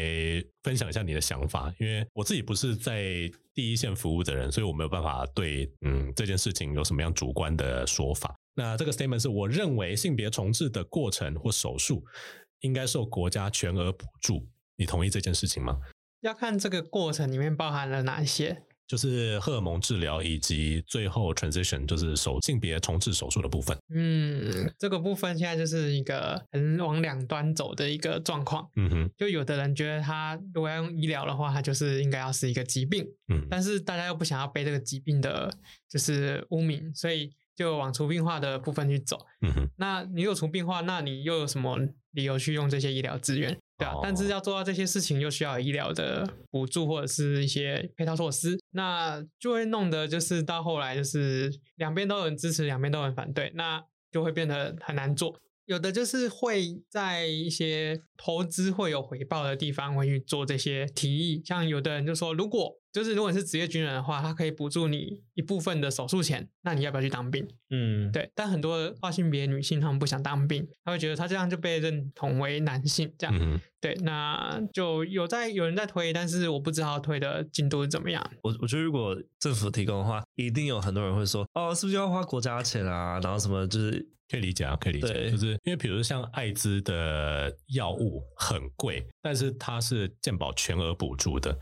分享一下你的想法，因为我自己不是在第一线服务的人，所以我没有办法对嗯这件事情有什么样主观的说法。那这个 statement 是我认为性别重置的过程或手术应该受国家全额补助，你同意这件事情吗？
要看这个过程里面包含了哪些。
就是荷尔蒙治疗以及最后 transition，就是手性别重置手术的部分。
嗯，这个部分现在就是一个很往两端走的一个状况。
嗯哼，
就有的人觉得他如果要用医疗的话，他就是应该要是一个疾病，
嗯
但是大家又不想要被这个疾病的就是污名，所以就往除病化的部分去走。
嗯哼，
那你有除病化，那你又有什么理由去用这些医疗资源？对啊，
哦
但是要做到这些事情，又需要有医疗的补助或者是一些配套措施，那就会弄得就是到后来就是两边都有人支持，两边都有人反对，那就会变得很难做。有的就是会在一些投资会有回报的地方会去做这些提议，像有的人就说，如果就是如果你是职业军人的话，他可以补助你一部分的手术钱，那你要不要去当兵？
嗯，
对，但很多跨性别女性她们不想当兵，她会觉得她这样就被认同为男性，这样、
嗯哼，
对。那就有在有人在推，但是我不知道推的进度是怎么样。
我我觉得如果政府提供的话，一定有很多人会说，哦，是不是要花国家的钱啊？然后什么就是
可以理解啊，可以理解，
对
就是因为比如像艾滋的药物很贵，但是它是健保全额补助的。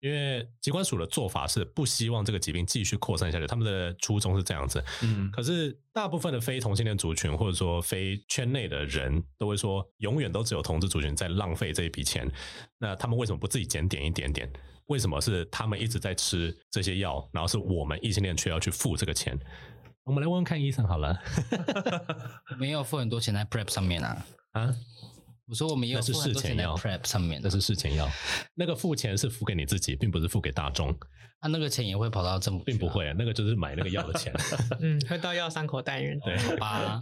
因为疾管署的做法是不希望这个疾病继续扩散下去，他们的初衷是这样子。
嗯，
可是大部分的非同性恋族群，或者说非圈内的人都会说，永远都只有同志族群在浪费这一笔钱。那他们为什么不自己检点一点点？为什么是他们一直在吃这些药，然后是我们异性恋却要去付这个钱？我们来问问看医生好了
没有付很多钱在 prep 上面啊。
啊，
我说我们也有
那是
付很多
事前
钱在
药
prep 上面
那
的，
是事前药，那个付钱是付给你自己，并不是付给大众，
啊，那个钱也会跑到政府去啊，
并不会，那个就是买那个药的钱。
嗯，喝到药伤口淡人。
对，
好吧？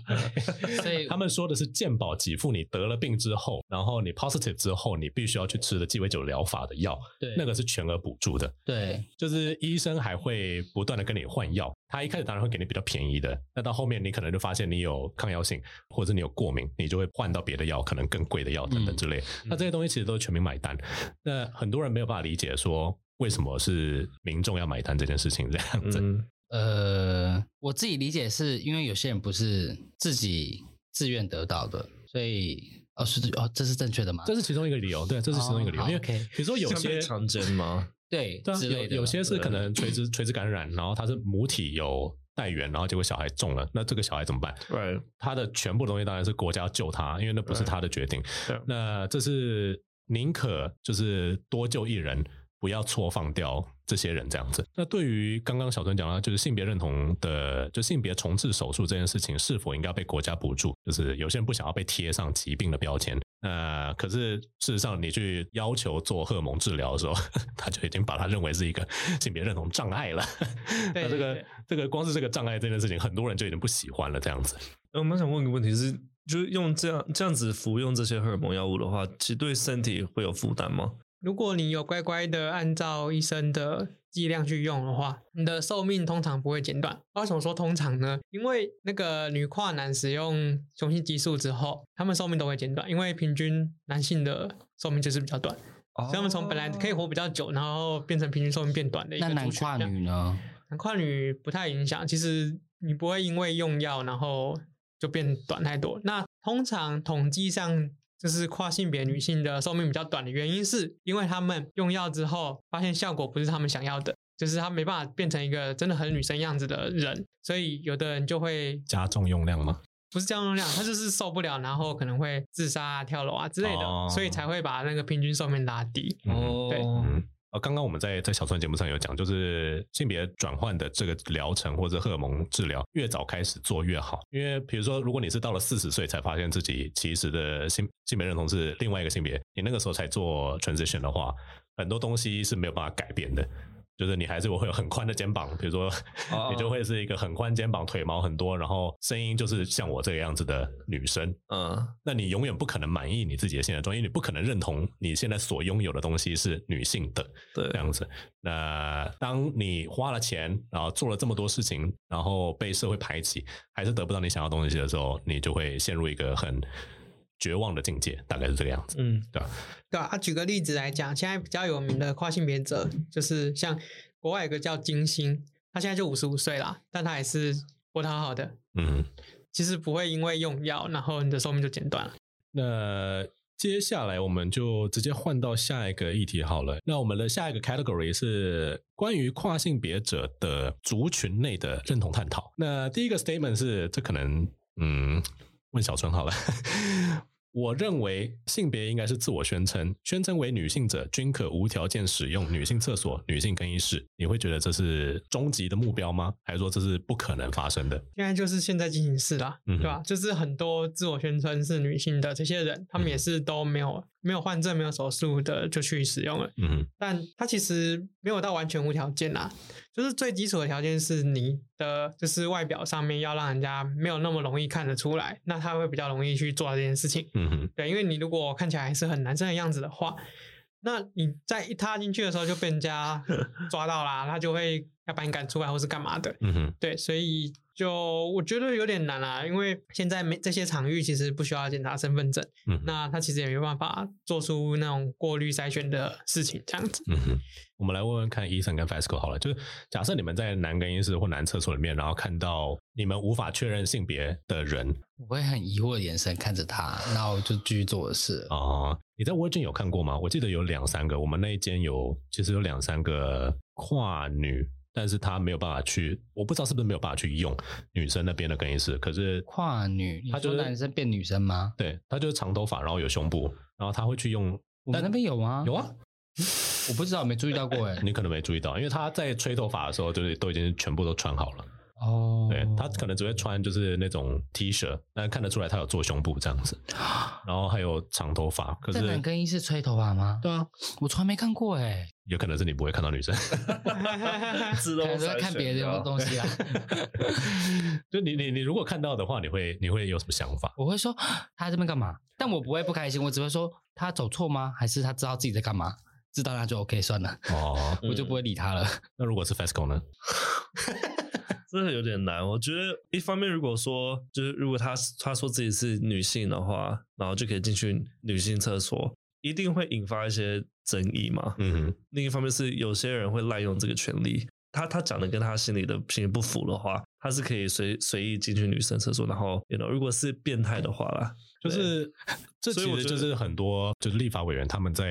所以
他们说的是健保给付你得了病之后，然后你 positive 之后，你必须要去吃的鸡尾酒疗法的药，
对
那个是全额补助的，
对
就是医生还会不断的跟你换药。他一开始当然会给你比较便宜的，那到后面你可能就发现你有抗药性，或者是你有过敏，你就会换到别的药，可能更贵的药
嗯
等等之类。那这些东西其实都是全民买单，那很多人没有办法理解说为什么是民众要买单这件事情这样子。
嗯
呃，我自己理解是因为有些人不是自己自愿得到的，所以哦是哦，这是正确的吗？
这是其中一个理由，对，这是其中一个理由，
哦好
因为
OK
比如说有
像
些
被强奸吗？
对
对啊，
之类的，
有有些是
对
可能垂直垂直感染，然后它是母体有带源，然后结果小孩中了，那这个小孩怎么办？
Right，
他的全部东西当然是国家救他，因为那不是
对
他的决定。
对
那这是宁可就是多救一人，不要错放掉这些人这样子。那对于刚刚小春讲到，就是性别认同的，就性别重置手术这件事情，是否应该被国家补助？就是有些人不想要被贴上疾病的标签。呃，可是事实上，你去要求做荷尔蒙治疗的时候， 他就已经把它认为是一个性别认同障碍了。
对
那这
对
个这个光是这个障碍这件事情，很多人就已经不喜欢了这样子。
哎我蛮想问个问题是，就是用这样这样子服用这些荷尔蒙药物的话，其实对身体会有负担吗？
如果你有乖乖的按照医生的剂量去用的话，你的寿命通常不会减短。为什么说通常呢？因为那个女跨男使用雄性激素之后，他们寿命都会减短，因为平均男性的寿命就是比较短，
哦
所以他们从本来可以活比较久，然后变成平均寿命变短的一个
那男
族群
跨
这样
女呢？
男跨女不太影响，其实你不会因为用药然后就变短太多。那通常统计上就是跨性别女性的寿命比较短的原因，是因为她们用药之后发现效果不是她们想要的，就是她没办法变成一个真的很女生样子的人，所以有的人就会
加重用量吗？
不是这样用量，她就是受不了，然后可能会自杀、啊、跳楼啊之类的，
哦
所以才会把那个平均寿命拉低。
嗯
哦
对
嗯，呃，刚刚我们在在小川节目上有讲，就是性别转换的这个疗程或者荷尔蒙治疗，越早开始做越好。因为比如说，如果你是到了四十岁才发现自己其实的性性别认同是另外一个性别，你那个时候才做 transition 的话，很多东西是没有办法改变的。就是你还是会有很宽的肩膀，比如说
哦
你就会是一个很宽肩膀、腿毛很多，然后声音就是像我这个样子的女生，
嗯，
那你永远不可能满意你自己的现在状态，因为你不可能认同你现在所拥有的东西是女性的
对
这，样子。那当你花了钱，然后做了这么多事情，然后被社会排挤，还是得不到你想要的东西的时候，你就会陷入一个很绝望的境界，大概是这个样子。
嗯，
对啊，啊举个例子来讲，现在比较有名的跨性别者，就是像国外有个叫金星，他现在就五十五岁啦，但他也是活得好好的，
嗯，
其实不会因为用药，然后你的寿命就减短了。
那接下来我们就直接换到下一个议题好了。那我们的下一个 category 是关于跨性别者的族群内的认同探讨。那第一个 statement 是，这可能嗯，问小春好了。 我认为性别应该是自我宣称，宣称为女性者均可无条件使用女性厕所、女性更衣室。你会觉得这是终极的目标吗？还是说这是不可能发生的？
现在就是现在进行式啦，
嗯哼
对吧、就是很多自我宣称是女性的这些人，他们也是都没有没有换证、没有手术的就去使用了，
嗯
但他其实没有到完全无条件啦，就是最基础的条件是你的就是外表上面要让人家没有那么容易看得出来，那他会比较容易去做这件事情。
嗯哼，
对，因为你如果看起来是很男生的样子的话，那你在一踏进去的时候就被人家抓到啦，他就会要把你赶出来或是干嘛的。
嗯哼，
对，所以就我觉得有点难啦、因为现在没这些场域其实不需要检查身份证，
嗯哼
那他其实也没办法做出那种过滤筛选的事情，这样子。
嗯哼，我们来问问看 Ethan 跟 Fasco 好了，就是假设你们在男更衣室或男厕所里面，然后看到你们无法确认性别的人
我会很疑惑的眼神看着他，然后我就继续做我的事。
哦、你在 Virgin 有看过吗？我记得有两三个，我们那一间有其实有两三个跨女，但是她没有办法去，我不知道是不是没有办法去用女生那边的更衣室，可是
跨女，你
她就
说
是
男生变女生吗？
对，她就是长头发，然后有胸部，然后她会去用，
我们那边有吗？
有啊，
我不知道，没注意到过哎、
你可能没注意到，因为她在吹头发的时候，就是都已经全部都穿好了。
哦，
对他可能只会穿就是那种 T 恤，但看得出来他有做胸部这样子，然后还有长头发。可
在男
是
更衣室吹头发吗？
对啊，
我从来没看过哎、
也可能是你不会看到女生，
自
可
动
能
筛
都在看
选
别
掉
的东西 啊。
就你你你如果看到的话，你会你会有什么想法？
我会说他在这边干嘛？但我不会不开心，我只会说他走错吗？还是他知道自己在干嘛？知道那就 OK 算了，
哦，
我就不会理他了。
那如果是 FESCO 呢？
真的有点难。我觉得一方面，如果说就是如果他他说自己是女性的话，然后就可以进去女性厕所，一定会引发一些争议嘛。
嗯
另一方面是有些人会滥用这个权利，他他讲的跟他心里的心里不符的话，他是可以随随意进去女生厕所，然后 you know, 如果是变态的话啦，
哼，就 是这
所以
其
我
实
觉
就
得
是很多就是立法委员他们在。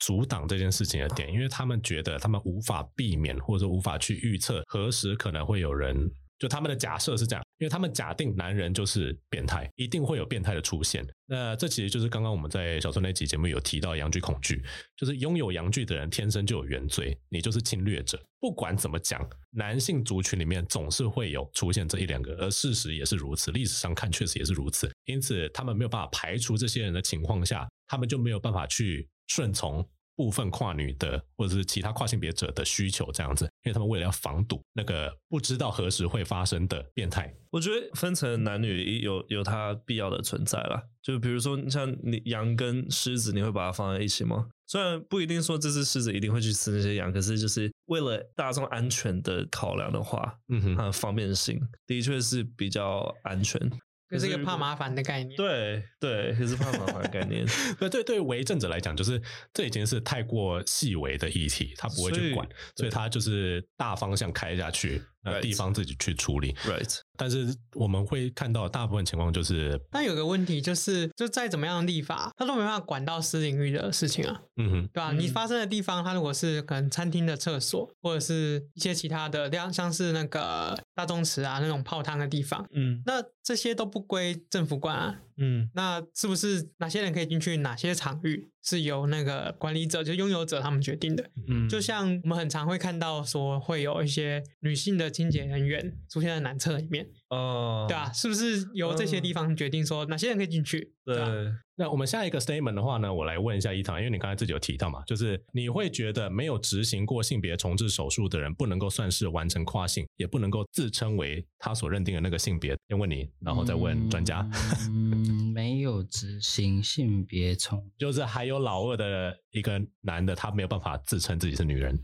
阻挡这件事情
嗯
的点，因为他们觉得他们无法避免，或者说无法去预测何时可能会有人，就他们的假设是这样，因为他们假定男人就是变态，一定会有变态的出现。那这其实就是刚刚我们在小春那集节目有提到阳具恐惧，就是拥有阳具的人天生就有原罪，你就是侵略者。不管怎么讲，男性族群里面总是会有出现这一两个，而事实也是如此，历史上看确实也是如此。因此，他们没有办法排除这些人的情况下，他们就没有办法去顺从。部分跨女的或者是其他跨性别者的需求这样子，因为他们为了要防堵那个不知道何时会发生的变态，
我觉得分成男女有有它必要的存在啦。就比如说像你羊跟狮子，你会把它放在一起吗？虽然不一定说这只狮子一定会去吃那些羊，可是就是为了大众安全的考量的话，
嗯哼
它的方便性的确是比较安全。
就是一
可
个
是如
怕
果
麻烦的概念。
对对，也是怕麻烦的概 念。
那对对为政者来讲，就是这已经是太过细微的议题，他不会去管，所
所以
以他就是大方向开下去，那
Right
地方自己去处理。
Right，
但是我们会看到大部分情况就是，
但有个问题就是，就再怎么样的立法，他都没办法管到私领域的事情啊，
嗯哼，
对吧、
嗯
你发生的地方，它如果是可能餐厅的厕所，或者是一些其他的，像像是那个大众池啊那种泡汤的地方，
嗯
那这些都不归政府管啊。
嗯
那是不是哪些人可以进去，哪些场域是由那个管理者，就拥有者他们决定的？
嗯，
就像我们很常会看到说，会有一些女性的清洁人员出现在男厕里面，
哦，
对啊，，是不是由这些地方决定说哪些人可以进去？
嗯对
啊，
那我们下一个 statement 的话呢，我来问一下伊堂，因为你刚才自己有提到嘛，就是你会觉得没有执行过性别重置手术的人，不能够算是完成跨性，也不能够自称为他所认定的那个性别。先问你，然后再问专家，
嗯，没有执行性别冲，
就是还有老二的一个男的，他没有办法自称自己是女人，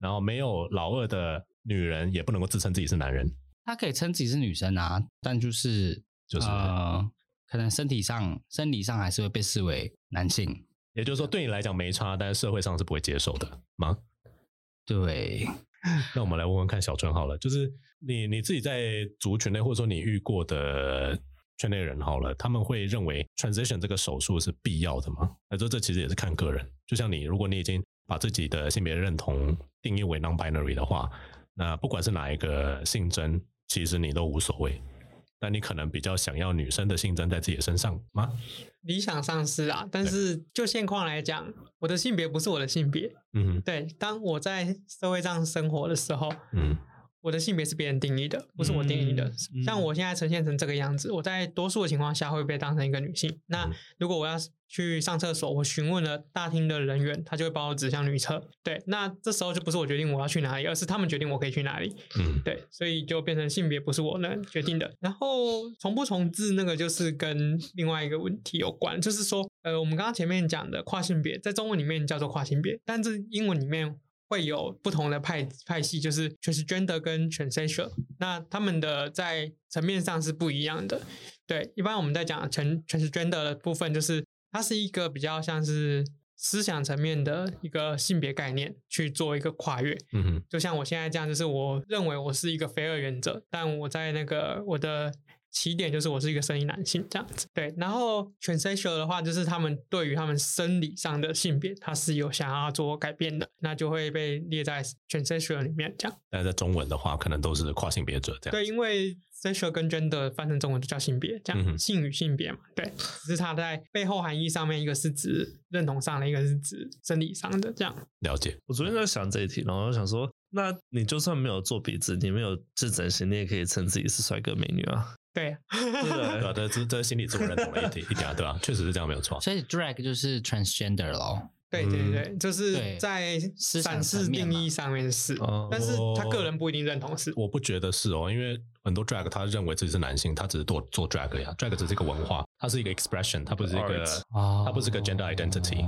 然后没有老二的女人也不能够自称自己是男人，
他可以称自己是女生啊，但就是
就是
呃，可能身体上生理上还是会被视为男性。
也就是说对你来讲没差，但是社会上是不会接受的吗？
对，
那我们来问问看小春好了，就是你你自己在族群内或者说你遇过的圈内人好了，他们会认为 transition 这个手术是必要的吗？还是说这其实也是看个人？就像你，如果你已经把自己的性别认同定义为 non-binary 的话，那不管是哪一个性征，其实你都无所谓。那你可能比较想要女生的性征在自己的身上吗？
理想上是啊，但是就现况来讲，我的性别不是我的性别。
嗯哼
对，当我在社会上生活的时候，
嗯
我的性别是别人定义的，不是我定义的。
嗯
像我现在呈现成这个样子，我在多数的情况下会被当成一个女性。那
嗯
如果我要去上厕所，我询问了大厅的人员，他就会把我指向女厕。对，那这时候就不是我决定我要去哪里，而是他们决定我可以去哪里。
嗯
对，所以就变成性别不是我能决定的。然后重不重置那个就是跟另外一个问题有关，就是说，呃，我们刚刚前面讲的跨性别，在中文里面叫做跨性别，但是英文里面。会有不同的派派系，就是 transgender 跟 transsexual，那他们的在层面上是不一样的。对，一般我们在讲 trans transgender 的部分，就是它是一个比较像是思想层面的一个性别概念去做一个跨越。
嗯哼，
就像我现在这样，就是我认为我是一个非二元者，但我在那个我的起点就是我是一个生理男性这样子。对，然后 transsexual 的话，就是他们对于他们生理上的性别，他是有想要做改变的，那就会被列在 transsexual 里面这样。
但在中文的话，可能都是跨性别者这样。
对，因为 sexual 跟 gender 翻成中文就叫性别，这样、
嗯哼
性与性别嘛，对，只是它在背后含义上面，一个是指认同上的，一个是指生理上的这样。
了解，
我昨天在想这一题，然后我想说，那你就算没有做鼻子，你没有治整形，你也可以称自己是帅哥美女啊。
对，
对不
对啊，
对，
这这这是心理自我认同的一点一点啊，对吧？确实是这样，没有错。
所以 drag 就是 transgender 咯。
对对
嗯
对，就是
对
在
思想
展示
层面
定义
嘛
上面是，
哦
但是他个人不一定认同是。
我不觉得是哦，因为很多 drag 他认为自己是男性，他只是做做 drag 呀，drag 只是一个文化，它是一个 expression，它不是一个
Art
哦
它不是个 gender identity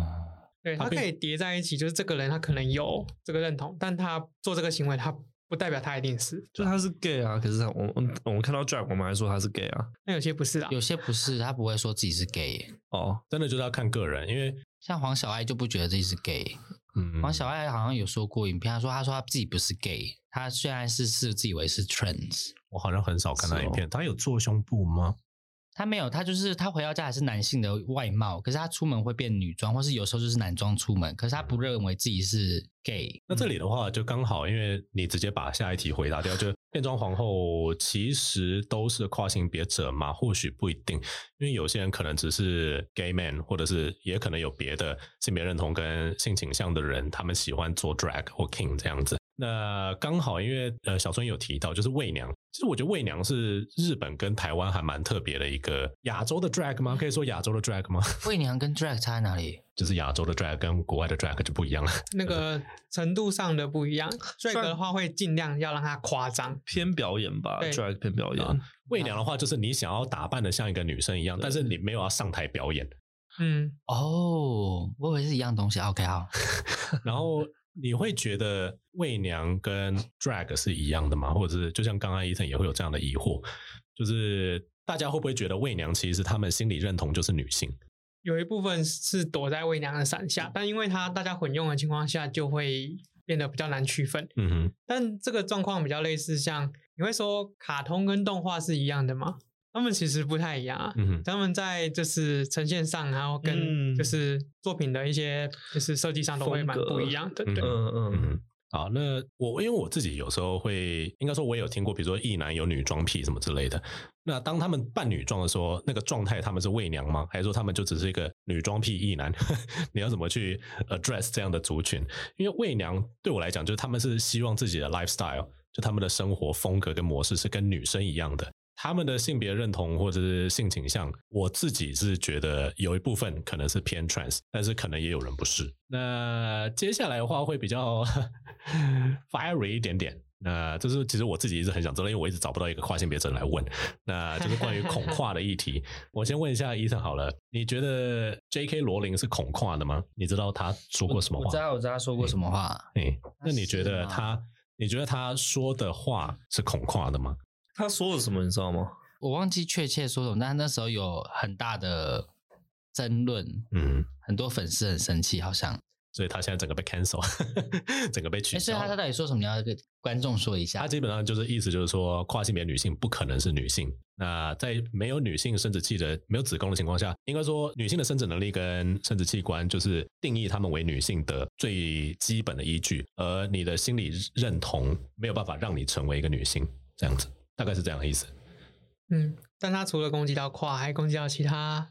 对，
他
他可
并
以叠在一起，就是这个人他可能有这个认同，但他做这个行为，他不代表他一定是。
就他是 gay 啊，可是他我我我们看到 drag，我们还说他是 gay 啊。
那有些不是啊，
有些不是，他不会说自己是 gay 耶。
哦，
真的就是要看个人，因为
像黄小爱就不觉得自己是 gay。
嗯，
黄小爱好像有说过影片，她说她说她自己不是 gay，她虽然是视自以为是 trans，
我好像很少看到
是哦
影片，他有做胸部吗？
她没有，她就是她回到家还是男性的外貌，可是她出门会变女装，或是有时候就是男装出门，可是她不认为自己是 gay。
那这里的话，就刚好，因为你直接把下一题回答掉，就变装皇后其实都是跨性别者嘛？或许不一定，因为有些人可能只是 gay man，或者是也可能有别的性别认同跟性倾向的人，他们喜欢做 drag 或 king 这样子。那刚好，因为呃，小孙有提到，就是媚娘。其实我觉得媚娘是日本跟台湾还蛮特别的一个亚洲的 drag 吗？可以说亚洲的 drag 吗？
魏娘跟 drag 差在哪里？
就是亚洲的 drag 跟国外的 drag 就不一样了。
那个程度上的不一样。帅哥的话会尽量要让他夸张，
偏表演吧
嗯对
，drag 偏表
啊
演。
媚娘的话，就是你想要打扮的像一个女生一样，
对
但是你没有要上台表演，
嗯，
哦，我以为是一样东西。OK，好，
然后你会觉得媚娘跟 drag 是一样的吗？或者是就像刚刚伊森也会有这样的疑惑，就是大家会不会觉得媚娘其实他们心里认同就是女性？
有一部分是躲在魏娘的伞下，但因为他大家混用的情况下，就会变得比较难区分。
嗯哼，
但这个状况比较类似像，你会说卡通跟动画是一样的吗？他们其实不太一样啊。
嗯哼，
他们在就是呈现上，然后跟
嗯
就是作品的一些就是设计上都会蛮
风格
不一样的，
嗯
嗯
对，
嗯
嗯，
哼。好，那我因为我自己有时候会，应该说我也有听过，比如说一男有女装癖什么之类的。那当他们扮女装的时候，那个状态他们是媚娘吗？还是说他们就只是一个女装癖一男？ 你要怎么去 address 这样的族群？因为媚娘对我来讲，就是他们是希望自己的 lifestyle，就他们的生活风格跟模式是跟女生一样的。他们的性别认同或者是性倾向，我自己是觉得有一部分可能是偏 trans，但是可能也有人不是。那接下来的话会比较 fiery 一点点。那这是其实我自己一直很想知道，因为我一直找不到一个跨性别者来问。那就是关于恐跨的议题，我先问一下伊森好了，你觉得 J.K. 罗琳是恐跨的吗？你知道他说过什么
我知
话？
道，我知道她说过什么话。
哎，那你
是
觉得
吗
他？你觉得他说的话是恐跨的吗？
他说了什么你知道吗？
我忘记确切说什么，但那时候有很大的争论，
嗯，
很多粉丝很生气，好像。
所以他现在整个被 cancel，整个被取
哎，所以
消
他
了。
到底说什么？你要跟观众说一
他
下。
基本上就是意思就是说，跨性别女性不可能是女性。那在没有女性生殖器的、没有子宫的情况下，应该说女性的生殖能力跟生殖器官就是定义她们为女性的最基本的依据，而你的心理认同没有办法让你成为一个女性，这样子大概是这样的意思。
嗯。但他除了攻击到跨，还攻击到其他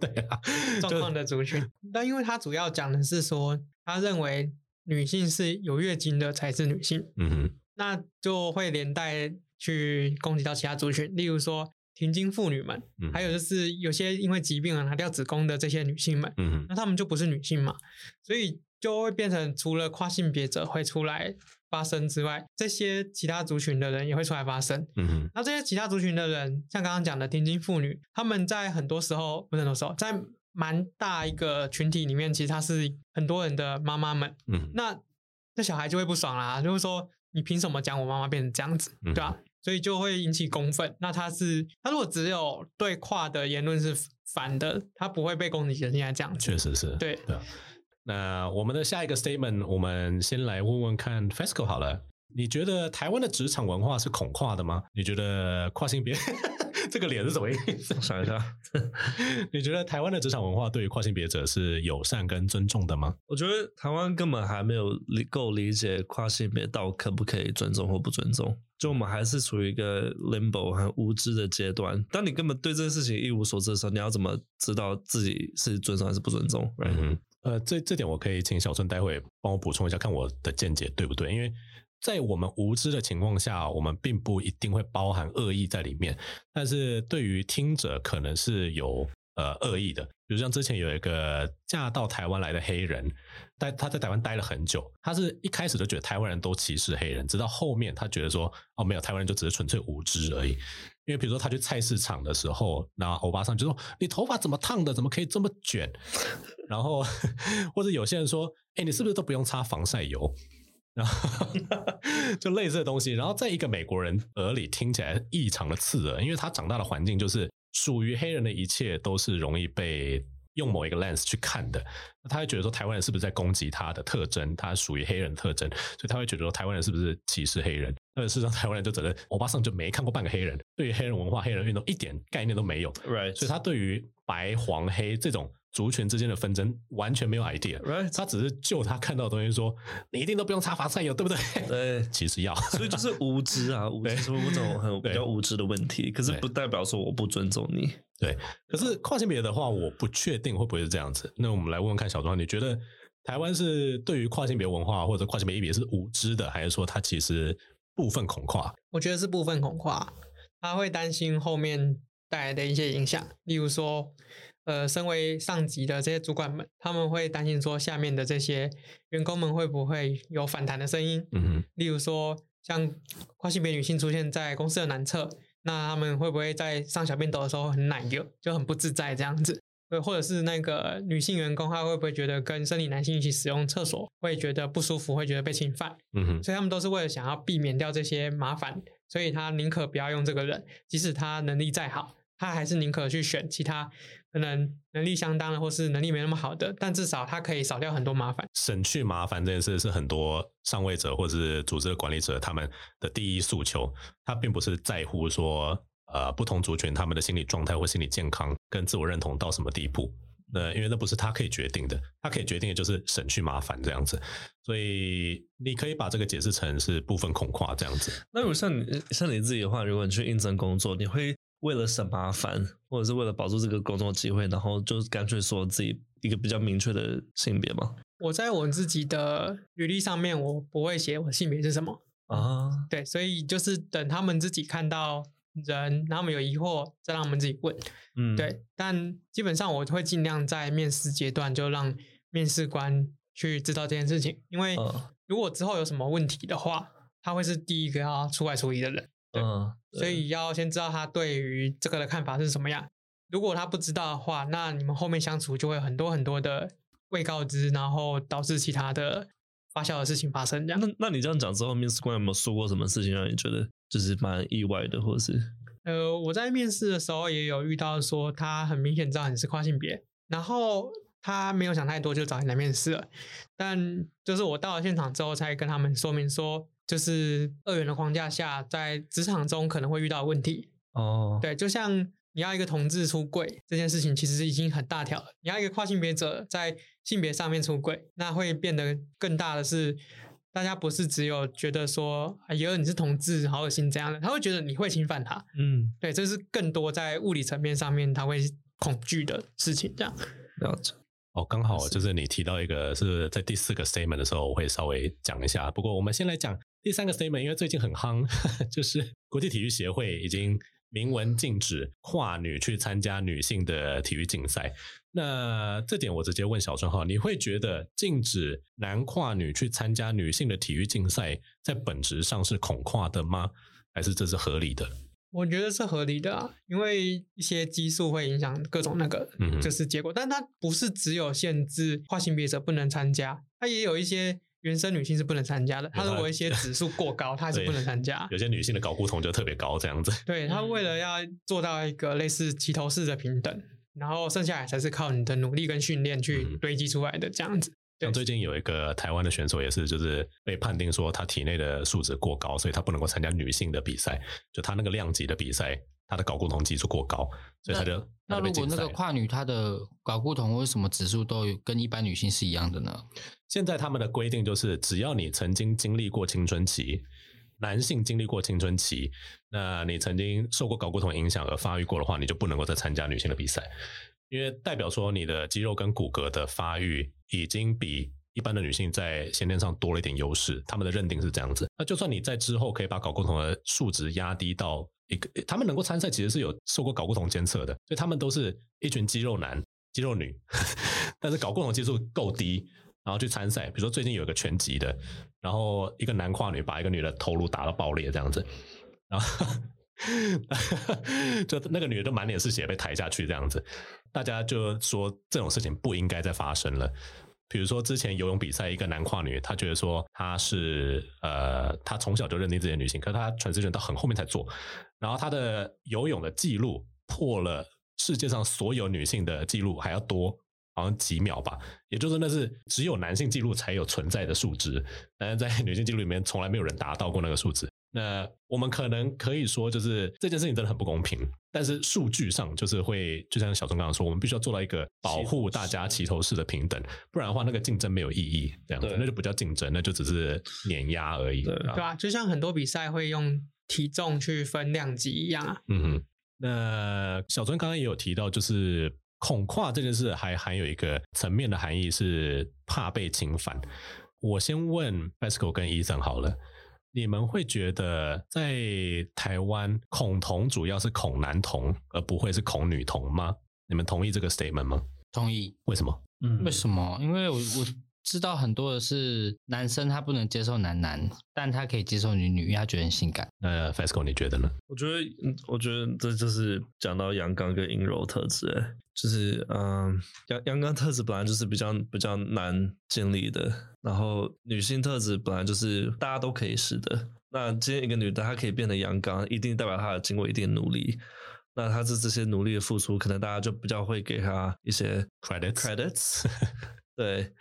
对啊，
状
就
况
是
的族群。但因为他主要讲的是说，他认为女性是有月经的才是女性，
嗯哼，
那就会连带去攻击到其他族群，例如说停经妇女们，
嗯哼
还有就是有些因为疾病啊而拿掉子宫的这些女性们，
嗯哼。
那她们就不是女性嘛，所以就会变成除了跨性别者会出来发声之外，这些其他族群的人也会出来发声。
嗯哼，
那这些其他族群的人，像刚刚讲的天津妇女，他们在很多时候不是很多时候，在蛮大一个群体里面，其实她是很多人的妈妈们。
嗯哼，
那那小孩就会不爽啦，就是说你凭什么讲我妈妈变成这样子，对吧、啊所以就会引起公愤。那他是他如果只有对跨的言论是反的，他不会被攻击成现在这样子。
确实是，
对
对啊。那我们的下一个 statement，我们先来问问看 FESCO 好了。你觉得台湾的职场文化是恐跨的吗？你觉得跨性别 这个脸是怎么意思
我？想一下，
你觉得台湾的职场文化对于跨性别者是友善跟尊重的吗？
我觉得台湾根本还没有理够理解跨性别到可不可以尊重或不尊重，就我们还是处于一个 limbo 很无知的阶段。当你根本对这件事情一无所知的时候，你要怎么知道自己是尊重还是不尊重？Right？
嗯哼，呃，这这点我可以请小春待会帮我补充一下，看我的见解对不对？因为在我们无知的情况下，我们并不一定会包含恶意在里面，但是对于听者可能是有呃恶意的。比如像之前有一个嫁到台湾来的黑人，待他在台湾待了很久，他是一开始就觉得台湾人都歧视黑人，直到后面他觉得说哦没有，台湾人就只是纯粹无知而已。因为比如说他去菜市场的时候，那欧巴桑就说：“你头发怎么烫的？怎么可以这么卷？”然后或者有些人说：“哎，你是不是都不用擦防晒油？” 然后就类似的东西，然后在一个美国人耳里听起来异常的刺耳，因为他长大的环境就是属于黑人的一切都是容易被用某一个 lens 去看的，那他会觉得说台湾人是不是在攻击他的特征，他属于黑人特征，所以他会觉得说台湾人是不是歧视黑人？但是事实上，台湾人就只能欧巴桑就没看过半个黑人，对于黑人文化、黑人运动一点概念都没有，
Right，
所以他对于白、黄、黑这种族群之间的纷争完全没有 idea。
right，
他只是就他看到的东西说，你一定都不用擦防晒油，对不对？
对，
其实 要，
所以就是无知啊，无知
对
是我种很
对
比较无知的问题，可是
对
不代表说我不尊重你。
可是跨性别的话，我不确定会不会是这样子。那我们来问问看，小庄，你觉得台湾是对于跨性别文化或者跨性别议题是无知的，还是说它其实部分恐跨？
我觉得是部分恐化，他会担心后面带来的一些影响，例如说，呃，身为上级的这些主管们，他们会担心说下面的这些员工们会不会有反弹的声音，
嗯哼，
例如说，像跨性别女性出现在公司的男厕，那他们会不会在上小便斗的时候很奶油，就很不自在这样子？对，或者是那个女性员工，她会不会觉得跟生理男性一起使用厕所会觉得不舒服，会觉得被侵犯？
嗯哼，
所以他们都是为了想要避免掉这些麻烦，所以他宁可不要用这个人，即使他能力再好，他还是宁可去选其他可能能力相当的，或是能力没那么好的，但至少他可以少掉很多麻烦。
省去麻烦这件事是很多上位者或者是组织的管理者他们的第一诉求。他并不是在乎说，呃，不同族群他们的心理状态或心理健康跟自我认同到什么地步。那因为那不是他可以决定的，他可以决定的就是省去麻烦这样子。所以你可以把这个解释成是部分恐跨这样子。
那如果像你像你自己的话，如果你去应征工作，你会为了省麻烦，或者是为了保住这个工作机会，然后就干脆说自己一个比较明确的性别吗？
我在我自己的履历上面，我不会写我性别是什么，
啊，
对，所以就是等他们自己看到人，他们有疑惑，再让他们自己问。
嗯，
对，但基本上我会尽量在面试阶段就让面试官去知道这件事情，因为
嗯
如果之后有什么问题的话，他会是第一个要出来处理的人，对
嗯，
所以要先知道他对于这个的看法是什么样。如果他不知道的话，那你们后面相处就会有很多很多的未告知，然后导致其他的发酵的事情发生。这样
呃那，那你这样讲之后，面试官有没有说过什么事情让你觉得就是蛮意外的，或者是
呃，我在面试的时候也有遇到说，他很明显知道你是跨性别，然后他没有想太多就找你来面试了。但就是我到了现场之后，才跟他们说明说，就是二元的框架下，在职场中可能会遇到的问题。
哦，
对，就像你要一个同志出柜这件事情，其实已经很大条了。你要一个跨性别者在性别上面出柜，那会变得更大的是，大家不是只有觉得说，哎呦你是同志，好恶心这样的，他会觉得你会侵犯他。
嗯，
对，这是更多在物理层面上面他会恐惧的事情。这样，
了解，
哦，刚好就是你提到一个是在第四个 statement 的时候，我会稍微讲一下。不过我们先来讲第三个 statement，因为最近很夯， 就是国际体育协会已经明文禁止跨女去参加女性的体育竞赛。那这点我直接问小春哈，你会觉得禁止男跨女去参加女性的体育竞赛，在本质上是恐跨的吗？还是这是合理的？
我觉得是合理的啊，因为一些激素会影响各种那个
嗯哼
就是结果，但它不是只有限制跨性别者不能参加，它也有一些原生女性是不能参加的。她
有
如
她
果一些指数过 高，她是不能参加。
有些女性的睾固酮就特别高，这样子。
对她为了要做到一个类似齐头式的平等，然后剩下来才是靠你的努力跟训练去
嗯
堆积出来的这样子。对
像最近有一个台湾的选手也是，就是被判定说他体内的数值过高，所以他不能够参加女性的比赛，就他那个量级的比赛，他的睾固酮激素过高，所以他就他
那
就被
如果
禁
那
赛了
个跨女她的睾固酮为什么指数都有跟一般女性是一样的呢？
现在他们的规定就是，只要你曾经经历过青春期，男性经历过青春期，那你曾经受过睾固酮影响而发育过的话，你就不能够再参加女性的比赛，因为代表说你的肌肉跟骨骼的发育已经比。一般的女性在先天上多了一点优势，他们的认定是这样子。那就算你在之后可以把睾固酮的数值压低到一个，他们能够参赛其实是有受过睾固酮监测的，所以他们都是一群肌肉男、肌肉女， 但是睾固酮激素够低，然后去参赛。比如说最近有一个拳击的，然后一个男跨女把一个女的头颅打到爆裂这样子，然后 就那个女的就满脸是血被抬下去这样子，大家就说这种事情不应该再发生了。比如说之前游泳比赛，一个男跨女，她觉得说她是呃，她从小就认定自己的女性，可是她 transition 到很后面才做，然后她的游泳的记录破了世界上所有女性的记录还要多，好像几秒吧。也就是那是只有男性记录才有存在的数值，但是在女性记录里面从来没有人达到过那个数值。那我们可能可以说，就是这件事情真的很不公平。但是数据上就是会，就像小钟刚刚说，我们必须要做到一个保护大家齐头式的平等，不然的话，那个竞争没有意义。这样子
对，
那就不叫竞争，那就只是碾压而已。啊
对
然后
对吧、就像很多比赛会用体重去分量级一样啊。
嗯哼，那小尊刚刚也有提到，就是恐跨这件事还含有一个层面的含义是怕被侵犯。我先问 Basco 跟医生好了，你们会觉得在台湾恐同主要是恐男同，而不会是恐女同吗？你们同意这个 statement 吗？
同意？
为什么？
嗯
为什么？因为我我知道很多的是男生他不能接受男男，但他可以接受女女，因为他觉得很性感。
那 Fasco 你觉得呢？
我觉得，嗯我觉得这就是讲到阳刚跟阴柔特质，欸就是嗯，阳阳刚特质本来就是比较比较难建立的，然后女性特质本来就是大家都可以是的。那今天一个女的她可以变得阳刚，一定代表她有经过一定努力。那她这这些努力的付出，可能大家就比较会给她一些
Credits
credits。对，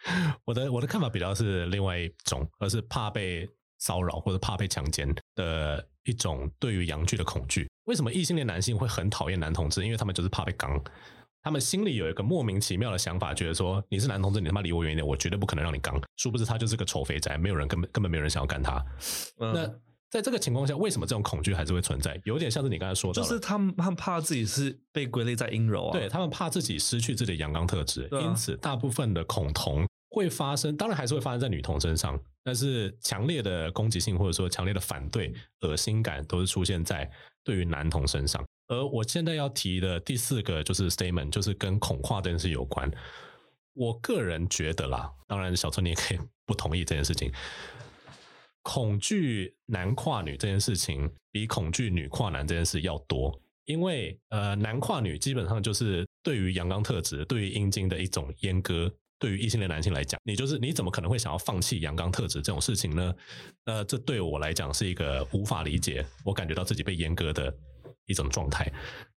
我的我的看法比较是另外一种，而是怕被骚扰或者怕被强奸的一种对于阳具的恐惧。为什么异性恋男性会很讨厌男同志？因为他们就是怕被刚，他们心里有一个莫名其妙的想法，觉得说你是男同志，你他妈离我远一点，我绝对不可能让你刚。殊不知他就是个丑肥宅，没有人根本根本没有人想要干他。
嗯、
那在这个情况下，为什么这种恐惧还是会存在？有点像是你刚才说到
就
的，
是他们他们怕自己是被归类在阴柔啊。
对他们怕自己失去自己的阳刚特质，
对啊
因此大部分的恐同会发生，当然还是会发生在女童身上，但是强烈的攻击性或者说强烈的反对、恶心感都是出现在对于男童身上。而我现在要提的第四个就是 statement，就是跟恐化这件事有关。我个人觉得啦，当然小春你也可以 不同意这件事情。恐惧男跨女这件事情比恐惧女跨男这件事要多，因为呃，男跨女基本上就是对于阳刚特质、对于阴茎的一种阉割。对于异性恋男性来讲，你就是你怎么可能会想要放弃阳刚特质这种事情呢？呃，这对我来讲是一个无法理解，我感觉到自己被阉割的一种状态。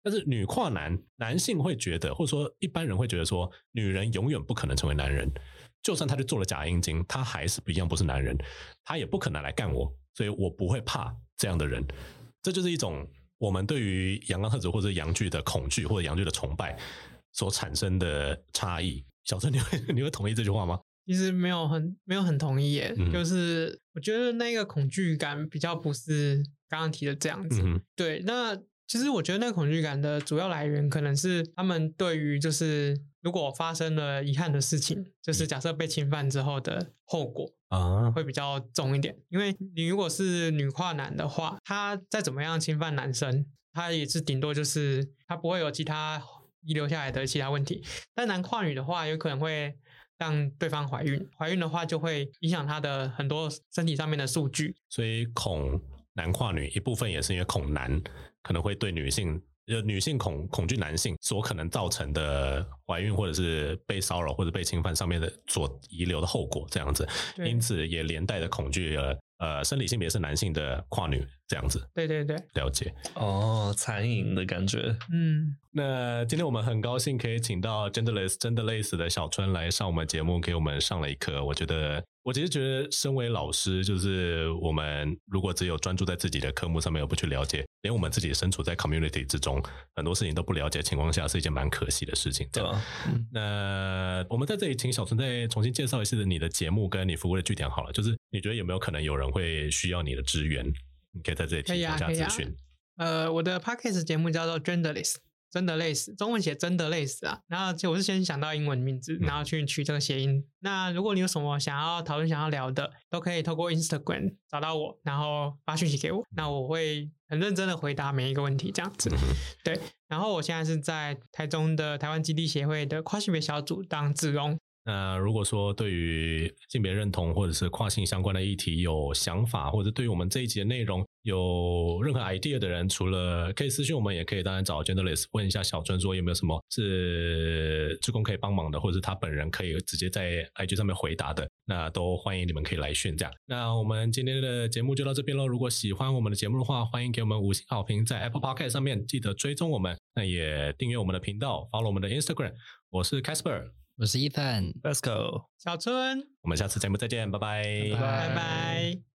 但是女跨男，男性会觉得，或者说一般人会觉得说，女人永远不可能成为男人，就算他去做了假阴茎，他还是不一样不是男人，他也不可能来干我，所以我不会怕这样的人。这就是一种我们对于阳刚特质或者阳具的恐惧或者阳具的崇拜所产生的差异。小郑，你会你会同意这句话吗？
其实没有很没有很同意耶，
嗯
就是我觉得那个恐惧感比较不是刚刚提的这样子。
嗯哼，
对，那其实我觉得那个恐惧感的主要来源可能是他们对于就是如果发生了遗憾的事情，
嗯
就是假设被侵犯之后的后果，
啊，
会比较重一点，因为你如果是女跨男的话，他再怎么样侵犯男生，他也是顶多就是他不会有其他遗留下来的其他问题。但男跨女的话，有可能会让对方怀孕，怀孕的话就会影响他的很多身体上面的数据。
所以恐男跨女一部分也是因为恐男可能会对女性呃女性恐恐惧男性所可能造成的怀孕或者是被骚扰或者被侵犯上面的所遗留的后果这样子，
对
因此也连带的恐惧了呃生理性别是男性的跨女这样子
对对对，
了解。
哦，残影的感觉。
嗯，
那今天我们很高兴可以请到 Genderless Genderless 的小春来上我们节目，给我们上了一课。我觉得，我其实觉得，身为老师，就是我们如果只有专注在自己的科目上面，而不去了解，连我们自己身处在 community 之中，很多事情都不了解的情况下，是一件蛮可惜的事情。这
对
样
啊
吧？嗯
那我们在这里请小春再重新介绍一次你的节目跟你服务的据点好了，就是你觉得有没有可能有人会需要你的支援？你可以在这里提
可
供
以
一
啊
下
可以
资
啊
讯。
呃，我的 podcast 节目叫做 Genderless。真的类似，中文写真的类似啊。然后就我是先想到英文名字，
嗯
然后去取这个谐音。那如果你有什么想要讨论、想要聊的，都可以透过 Instagram 找到我，然后发讯息给我，那我会很认真的回答每一个问题，这样
嗯
子。对，然后我现在是在台中的台湾基地协会的跨性别小组当志工，
那如果说对于性别认同或者是跨性相关的议题有想法，或者对于我们这一集的内容有任何 idea 的人，除了可以私信我们，也可以当然找 Genderless 问一下小郑说有没有什么是志工可以帮忙的，或者是他本人可以直接在 IG 上面回答的，那都欢迎你们可以来讯这样。那我们今天的节目就到这边喽。如果喜欢我们的节目的话，欢迎给我们五星好评，在 Apple Podcast 上面记得追踪我们，那也订阅我们的频道，follow 我们的 Instagram。我是 Casper。
我是 Ethan，
Let's go。
小春，
我们下次节目再见，拜拜
拜
拜拜。